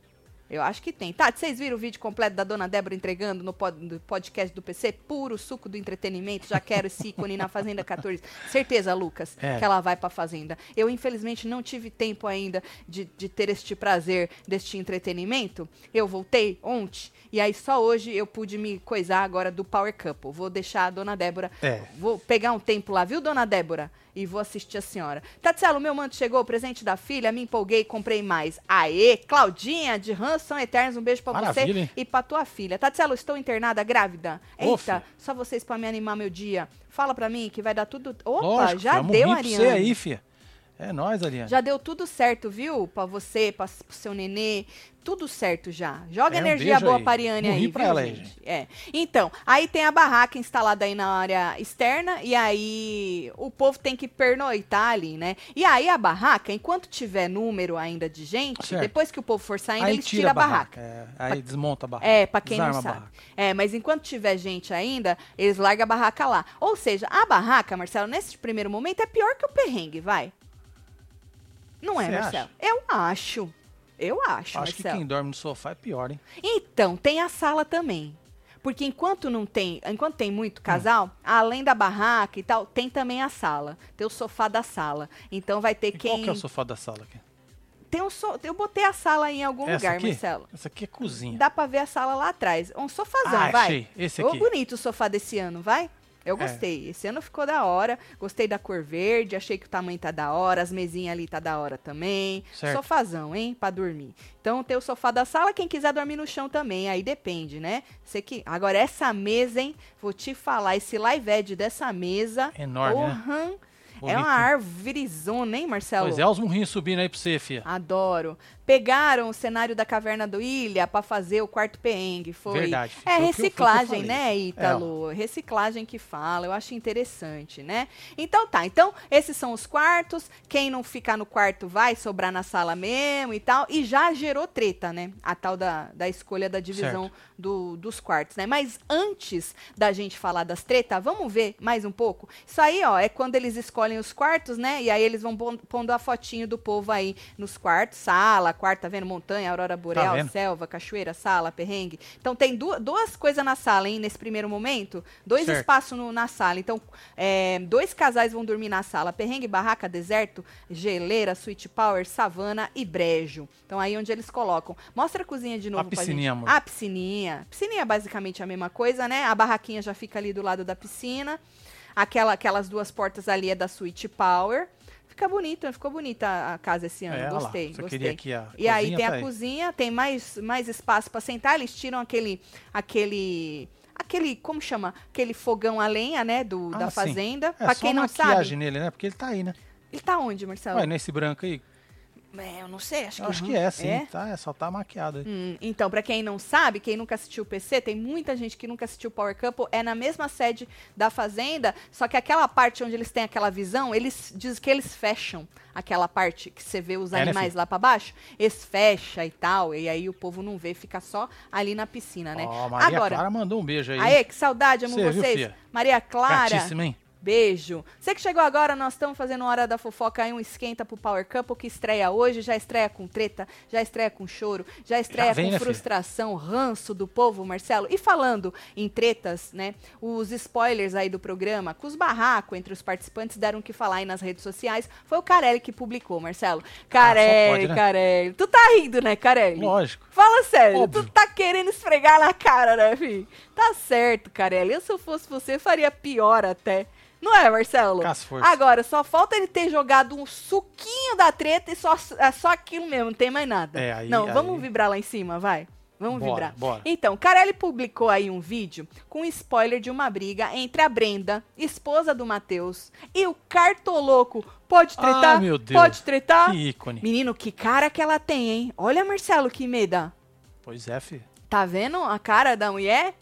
Speaker 1: Eu acho que tem. Tati, vocês viram o vídeo completo da Dona Débora entregando no pod- do podcast do PC? Puro suco do entretenimento. Já quero esse ícone na Fazenda 14. Certeza, Lucas,
Speaker 2: É.
Speaker 1: que ela vai pra Fazenda. Eu, infelizmente, não tive tempo ainda de, de ter este prazer, deste entretenimento. Eu voltei ontem e aí só hoje eu pude me coisar agora do Power Couple. Vou deixar a Dona Débora...
Speaker 2: É.
Speaker 1: Vou pegar um tempo lá, viu, Dona Débora? E vou assistir a senhora. Tatielo, meu manto chegou, presente da filha, me empolguei, comprei mais. Aê, Claudinha, de Hans são eternos, um beijo pra você
Speaker 2: Maravilha, hein?
Speaker 1: e pra tua filha. Tatielo, estou internada, grávida. Eita,
Speaker 2: Ô, filha.
Speaker 1: só vocês pra me animar meu dia. Fala pra mim que vai dar tudo... Opa,
Speaker 2: Lógico,
Speaker 1: já
Speaker 2: vamos
Speaker 1: deu,
Speaker 2: rir pra Você
Speaker 1: Ariane.
Speaker 2: aí, fia. É nóis, Ariane.
Speaker 1: Já deu tudo certo, viu? Pra você, pra, pro seu nenê. Tudo certo já. Joga
Speaker 2: É, um
Speaker 1: energia
Speaker 2: beijo
Speaker 1: boa
Speaker 2: aí.
Speaker 1: pra Ariane
Speaker 2: Não
Speaker 1: aí,
Speaker 2: ri pra
Speaker 1: viu,
Speaker 2: ela aí,
Speaker 1: gente? É. Então, aí tem a barraca instalada aí na área externa e aí o povo tem que pernoitar ali, né? E aí a barraca, enquanto tiver número ainda de gente,
Speaker 2: Certo.
Speaker 1: depois que o povo for saindo,
Speaker 2: aí
Speaker 1: eles tiram a barraca.
Speaker 2: É, aí desmonta a barraca.
Speaker 1: É, pra quem
Speaker 2: desarma
Speaker 1: não
Speaker 2: a
Speaker 1: sabe.
Speaker 2: barraca.
Speaker 1: É, mas enquanto tiver gente ainda, eles largam a barraca lá. Ou seja, a barraca, Marcelo, nesse primeiro momento é pior que o perrengue, vai. Não é,
Speaker 2: Você
Speaker 1: Marcelo? Eu acho. Eu acho,
Speaker 2: Acho que
Speaker 1: Marcelo.
Speaker 2: quem dorme no sofá é pior, hein?
Speaker 1: Então, tem a sala também. Porque enquanto não tem, enquanto tem
Speaker 2: Hum.
Speaker 1: muito casal, além da barraca e tal, tem também a sala. Tem o sofá da sala. Então vai ter
Speaker 2: E
Speaker 1: quem
Speaker 2: qual que é o sofá da sala aqui?
Speaker 1: Tem um so... eu botei a sala em algum
Speaker 2: Essa
Speaker 1: lugar,
Speaker 2: aqui?
Speaker 1: Marcelo.
Speaker 2: Essa aqui é cozinha.
Speaker 1: Dá pra ver a sala lá atrás. Um sofazão,
Speaker 2: Ah,
Speaker 1: vai.
Speaker 2: achei. Esse
Speaker 1: Ô,
Speaker 2: aqui.
Speaker 1: bonito o sofá desse ano, vai? Eu
Speaker 2: É.
Speaker 1: gostei. Esse ano ficou da hora. Gostei da cor verde, achei que o tamanho tá da hora, as mesinhas ali tá da hora também.
Speaker 2: Certo.
Speaker 1: Sofazão, hein? Pra dormir. Então tem o sofá da sala, quem quiser dormir no chão também, aí depende, né? Você que... Agora, essa mesa, hein? Vou te falar, esse live ed dessa mesa.
Speaker 2: Enorme, né?
Speaker 1: Orhan, É
Speaker 2: Bonito.
Speaker 1: uma árvorezona, hein, Marcelo?
Speaker 2: Pois é, olha os murrinhos subindo aí pra você, fia.
Speaker 1: Ah, Adoro. Pegaram o cenário da caverna do Ilha pra fazer o quarto perrengue, foi.
Speaker 2: Verdade, foi
Speaker 1: É
Speaker 2: o que eu- foi o que eu
Speaker 1: reciclagem,
Speaker 2: falei. É,
Speaker 1: né, Ítalo? Reciclagem que fala, eu acho interessante, né? Então tá, então esses são os quartos, quem não ficar no quarto vai sobrar na sala mesmo e tal, e já gerou treta, né? A tal da, da escolha da divisão do- dos quartos, né? Mas antes da gente falar das tretas, vamos ver mais um pouco? Isso aí, ó, é quando eles escolhem escolhem os quartos, né? E aí eles vão pon- pondo a fotinho do povo aí nos quartos, sala, quarto, tá vendo? Montanha, aurora boreal,
Speaker 2: vendo?
Speaker 1: selva, cachoeira, sala, perrengue. Então tem du- duas coisas na sala, hein, nesse primeiro momento. Dois
Speaker 2: Certo.
Speaker 1: espaços no- na sala. Então, é, dois casais vão dormir na sala. Perrengue, barraca, deserto, geleira, sweet power, savana e brejo. Então aí onde eles colocam. Mostra a cozinha de novo pra gente.
Speaker 2: piscininha, amor.
Speaker 1: A piscininha. Piscininha é basicamente a mesma coisa, né? A barraquinha já fica ali do lado da piscina. Aquela, aquelas duas portas ali é da Sweet Power. Fica bonito, ficou bonita a- a casa esse ano.
Speaker 2: É, olha lá,
Speaker 1: gostei,
Speaker 2: você
Speaker 1: gostei.
Speaker 2: queria aqui a
Speaker 1: e aí
Speaker 2: cozinha,
Speaker 1: tem
Speaker 2: tá
Speaker 1: a
Speaker 2: aí.
Speaker 1: cozinha, tem mais, mais espaço pra sentar. Eles tiram aquele, aquele, aquele, como chama? Aquele fogão a lenha, né? Do,
Speaker 2: Ah,
Speaker 1: da
Speaker 2: sim.
Speaker 1: fazenda.
Speaker 2: É
Speaker 1: pra
Speaker 2: só
Speaker 1: quem não
Speaker 2: maquiagem
Speaker 1: sabe,
Speaker 2: nele, né? Porque ele tá aí, né?
Speaker 1: ele tá onde, Marcelo?
Speaker 2: Ué, nesse branco aí,
Speaker 1: É, eu não sei, acho
Speaker 2: eu
Speaker 1: que
Speaker 2: acho que é, sim.
Speaker 1: É?
Speaker 2: Tá, é, só tá maquiado aí.
Speaker 1: Hum, então, pra quem não sabe, quem nunca assistiu o PC, tem muita gente que nunca assistiu o Power Couple, é na mesma sede da Fazenda, só que aquela parte onde eles têm aquela visão, eles dizem que eles fecham aquela parte que você vê os
Speaker 2: É, né,
Speaker 1: animais
Speaker 2: filho?
Speaker 1: lá pra baixo, eles fecham e tal, e aí o povo não vê, fica só ali na piscina, né?
Speaker 2: Ó, a Maria
Speaker 1: Agora,
Speaker 2: Clara mandou um beijo aí.
Speaker 1: aê, que saudade, amo
Speaker 2: Você viu,
Speaker 1: vocês.
Speaker 2: fia?
Speaker 1: Maria Clara.
Speaker 2: Gatíssima, hein?
Speaker 1: Beijo. Você que chegou agora, nós estamos fazendo uma Hora da Fofoca aí, um esquenta pro Power Couple que estreia hoje, já estreia com treta, já estreia com choro, já estreia
Speaker 2: Já vem,
Speaker 1: com
Speaker 2: né, filha?
Speaker 1: frustração, ranço do povo, Marcelo. E falando em tretas, né, os spoilers aí do programa, com os barracos entre os participantes deram o que falar aí nas redes sociais, foi o Carelli que publicou, Marcelo. Carelli,
Speaker 2: Ah, pode, né?
Speaker 1: Carelli. Tu tá rindo, né, Carelli?
Speaker 2: Lógico.
Speaker 1: Fala sério,
Speaker 2: Óbvio.
Speaker 1: tu tá querendo esfregar na cara, né, fi? Tá certo, Carelli. Eu, se eu fosse você, faria pior até. Não é, Marcelo?
Speaker 2: Com as forças.
Speaker 1: Agora, só falta ele ter jogado um suquinho da treta e só, é só aquilo mesmo, não tem mais nada.
Speaker 2: É, aí-
Speaker 1: não, vamos
Speaker 2: aí-
Speaker 1: vibrar lá em cima, vai. Vamos
Speaker 2: Bora,
Speaker 1: vibrar.
Speaker 2: bora.
Speaker 1: Então, Carelli publicou aí um vídeo com spoiler de uma briga entre a Brenda, esposa do Matheus, e o cartoloco. Pode tretar?
Speaker 2: Ah, meu Deus.
Speaker 1: Pode tretar?
Speaker 2: Que ícone.
Speaker 1: Menino, que cara que ela tem, hein? Olha, Marcelo, que meda.
Speaker 2: Pois é, filho.
Speaker 1: Tá vendo a cara da mulher?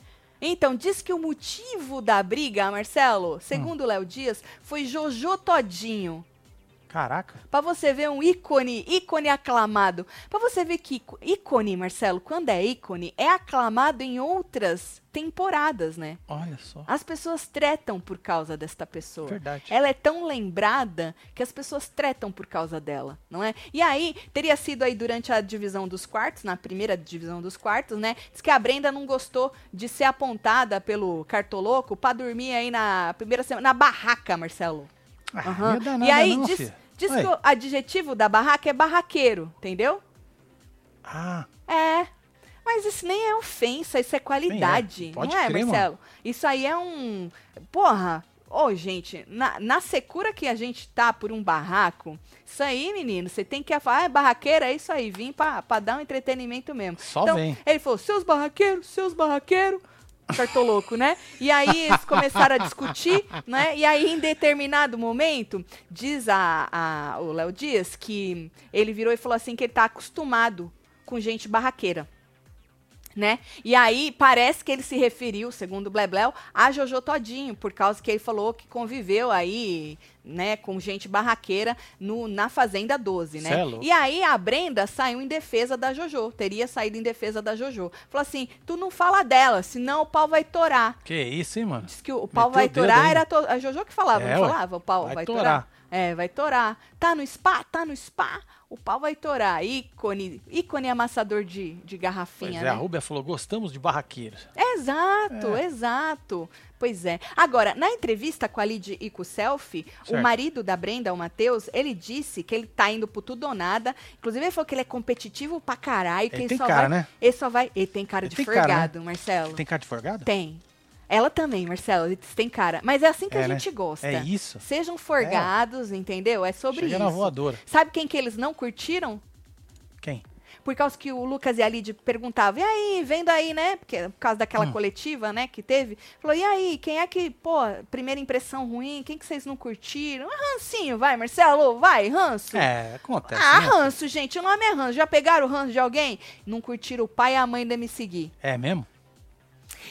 Speaker 1: Então, diz que o motivo da briga, Marcelo, segundo o Léo Dias, foi Jojo Todinho.
Speaker 2: Caraca.
Speaker 1: Pra você ver um ícone, ícone aclamado. Pra você ver que íco- ícone, Marcelo, quando é ícone, é aclamado em outras temporadas, né?
Speaker 2: Olha só.
Speaker 1: As pessoas tretam por causa desta pessoa.
Speaker 2: Verdade.
Speaker 1: Ela é tão lembrada que as pessoas tretam por causa dela, não é? E aí, teria sido aí durante a divisão dos quartos, na primeira divisão dos quartos, né? Diz que a Brenda não gostou de ser apontada pelo cartoloco pra dormir aí na primeira semana, na barraca, Marcelo.
Speaker 2: Ah,
Speaker 1: Aham.
Speaker 2: não é danada
Speaker 1: E aí,
Speaker 2: não,
Speaker 1: diz,
Speaker 2: filha.
Speaker 1: diz
Speaker 2: Ué.
Speaker 1: que o adjetivo da barraca é barraqueiro, entendeu?
Speaker 2: Ah,
Speaker 1: É. Mas isso nem é ofensa, isso é qualidade.
Speaker 2: Nem é. Pode
Speaker 1: não é,
Speaker 2: crer,
Speaker 1: Marcelo? Isso aí é um. Porra! Ô, gente, na, na secura que a gente tá por um barraco, isso aí, menino, você tem que falar, ah, é barraqueira, é isso aí, vim pra, pra dar um entretenimento mesmo.
Speaker 2: Só
Speaker 1: então,
Speaker 2: vem.
Speaker 1: ele falou, seus barraqueiros, seus barraqueiros, cartoloco, né? E aí eles começaram a discutir, né? E aí, em determinado momento, diz a, a- o Léo Dias que ele virou e falou assim que ele tá acostumado com gente barraqueira. Né? E aí, parece que ele se referiu, segundo o Blebleu, a Jojo Todinho, por causa que ele falou que conviveu aí, né, com gente barraqueira no, na Fazenda 12, né?
Speaker 2: Cê é louco.
Speaker 1: E aí, a Brenda saiu em defesa da Jojo, teria saído em defesa da Jojo. Falou assim, tu não fala dela, senão o pau vai torar.
Speaker 2: que isso, hein, mano?
Speaker 1: Diz que o pau
Speaker 2: Meteu
Speaker 1: vai
Speaker 2: o dedo
Speaker 1: torar,
Speaker 2: ainda.
Speaker 1: era to- a Jojo que falava,
Speaker 2: É,
Speaker 1: não
Speaker 2: ué.
Speaker 1: falava? O pau vai,
Speaker 2: Vai
Speaker 1: torar. É, vai torar. Tá no spa, tá no spa, o pau vai torar. Ícone, ícone amassador de, de garrafinha,
Speaker 2: Pois é,
Speaker 1: né? É
Speaker 2: a Rubia falou, gostamos de barraqueiros.
Speaker 1: Exato, exato. Pois é. Agora, na entrevista com a Lid e com o Selfie, o
Speaker 2: Certo.
Speaker 1: marido da Brenda, o Matheus, ele disse que ele tá indo pro tudo ou nada. Inclusive, ele falou que ele é competitivo pra caralho. Que
Speaker 2: Ele
Speaker 1: ele
Speaker 2: tem
Speaker 1: só
Speaker 2: cara,
Speaker 1: vai,
Speaker 2: né?
Speaker 1: Ele só vai. Ele tem cara
Speaker 2: Ele
Speaker 1: de
Speaker 2: tem cara, né?
Speaker 1: forgado, Marcelo.
Speaker 2: Tem cara de forgado?
Speaker 1: Tem. Ela também, Marcelo, eles têm cara. Mas é assim que a
Speaker 2: É, né?
Speaker 1: gente gosta.
Speaker 2: É isso?
Speaker 1: Sejam forgados, entendeu? É sobre
Speaker 2: Chega
Speaker 1: isso.
Speaker 2: na voadora.
Speaker 1: Sabe quem que eles não curtiram?
Speaker 2: Quem?
Speaker 1: Por causa que o Lucas e a Lid perguntavam, e aí, vendo aí, né? Porque, por causa daquela coletiva, né, que teve. Falou, e aí, quem é que, pô, primeira impressão ruim, quem que vocês não curtiram? Ah, rancinho, vai, Marcelo, vai, ranço.
Speaker 2: É, acontece,
Speaker 1: ah,
Speaker 2: né?
Speaker 1: ranço, gente, o nome é ranço. Já pegaram o ranço de alguém? Não curtiram o pai e a mãe da me seguir.
Speaker 2: É mesmo?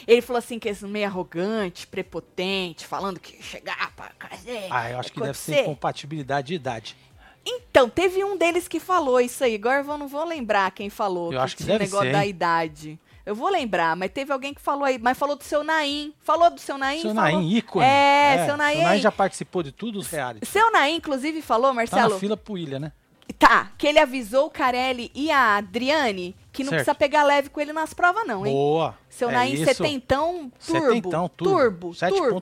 Speaker 1: Ele falou assim que eles meio arrogante, prepotente, falando que chegar pra fazer.
Speaker 2: Ah, eu acho que deve ser
Speaker 1: acontecer.
Speaker 2: compatibilidade de idade.
Speaker 1: Então, teve um deles que falou isso aí. Agora eu vou- não vou lembrar quem falou.
Speaker 2: Eu acho que
Speaker 1: tinha o
Speaker 2: deve
Speaker 1: negócio
Speaker 2: ser,
Speaker 1: da
Speaker 2: hein?
Speaker 1: idade. Eu vou lembrar, mas teve alguém que falou aí, mas falou do seu Naim. Falou do seu Naim?
Speaker 2: Seu
Speaker 1: falou...
Speaker 2: Naim, ícone.
Speaker 1: É, seu Naim
Speaker 2: Seu
Speaker 1: é
Speaker 2: Naim já
Speaker 1: ícone.
Speaker 2: participou de tudo os realities.
Speaker 1: Seu Naim, inclusive, falou,
Speaker 2: Tá
Speaker 1: Marcelo,
Speaker 2: na fila pro Ilha, né?
Speaker 1: Tá, que ele avisou o Carelli e a Adriane que não
Speaker 2: Certo.
Speaker 1: precisa pegar leve com ele nas provas, não, hein?
Speaker 2: Boa.
Speaker 1: Seu
Speaker 2: é
Speaker 1: Naim
Speaker 2: isso.
Speaker 1: setentão turbo.
Speaker 2: Setentão, turbo.
Speaker 1: Turbo, turbo.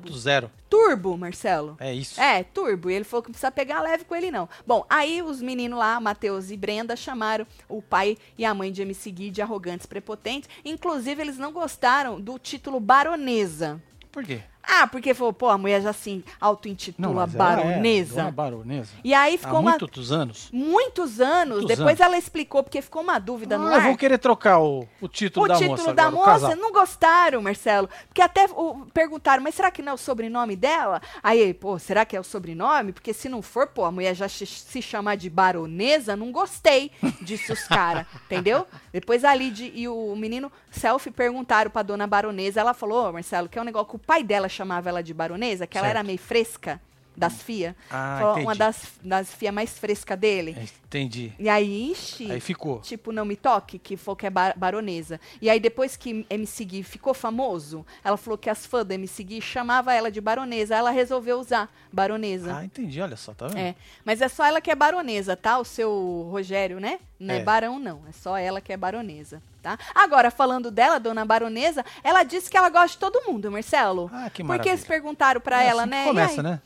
Speaker 2: 7.0.
Speaker 1: Turbo, Marcelo.
Speaker 2: É isso.
Speaker 1: É, turbo. E ele falou que não precisa pegar leve com ele, não. Bom, aí os meninos lá, Matheus e Brenda, chamaram o pai e a mãe de MC Gui de arrogantes prepotentes. Inclusive, eles não gostaram do título baronesa.
Speaker 2: Por quê?
Speaker 1: Ah, porque falou, pô, a mulher já se auto-intitula
Speaker 2: mas ela é
Speaker 1: baronesa.
Speaker 2: uma baronesa.
Speaker 1: E aí
Speaker 2: Há
Speaker 1: ficou uma...
Speaker 2: muitos anos.
Speaker 1: Muitos anos.
Speaker 2: Muitos anos.
Speaker 1: Depois ela explicou, porque ficou uma dúvida no
Speaker 2: Ah, eu
Speaker 1: ar.
Speaker 2: vou querer trocar o, o título
Speaker 1: O
Speaker 2: da
Speaker 1: título
Speaker 2: moça
Speaker 1: da
Speaker 2: agora, o
Speaker 1: moça, né?
Speaker 2: casal.
Speaker 1: não gostaram, Marcelo. Porque até o- perguntaram, mas será que não é o sobrenome dela? Aí, ele, pô, será que é o sobrenome? Porque se não for, pô, a mulher já se, se chamar de baronesa, não gostei, disse os caras, entendeu? Depois a Lid e o menino selfie perguntaram pra dona baronesa. Ela falou, ô, Marcelo, que é um negócio que o pai dela chamava ela de baronesa, que ela
Speaker 2: Certo.
Speaker 1: era meio fresca das FIA.
Speaker 2: Ah,
Speaker 1: Falou, uma
Speaker 2: entendi. É,
Speaker 1: das, das FIA mais fresca dele.
Speaker 2: Entendi.
Speaker 1: E aí, ixi.
Speaker 2: Aí ficou.
Speaker 1: Tipo, não me toque, que falou que é bar- baronesa. E aí, depois que MC Gui ficou famoso, ela falou que as fãs da MC Gui chamavam ela de baronesa. Ela resolveu usar baronesa.
Speaker 2: Ah, entendi. Olha só, tá vendo?
Speaker 1: É. Mas é só ela que é baronesa, tá? O seu Rogério, né? Não é,
Speaker 2: É.
Speaker 1: barão, não. É só ela que é baronesa, tá? Agora, falando dela, dona baronesa, ela disse que ela gosta de todo mundo, Marcelo.
Speaker 2: Ah, que
Speaker 1: Porque
Speaker 2: maravilha.
Speaker 1: eles perguntaram pra
Speaker 2: É
Speaker 1: ela,
Speaker 2: assim que
Speaker 1: né? E aí?
Speaker 2: Começa, né?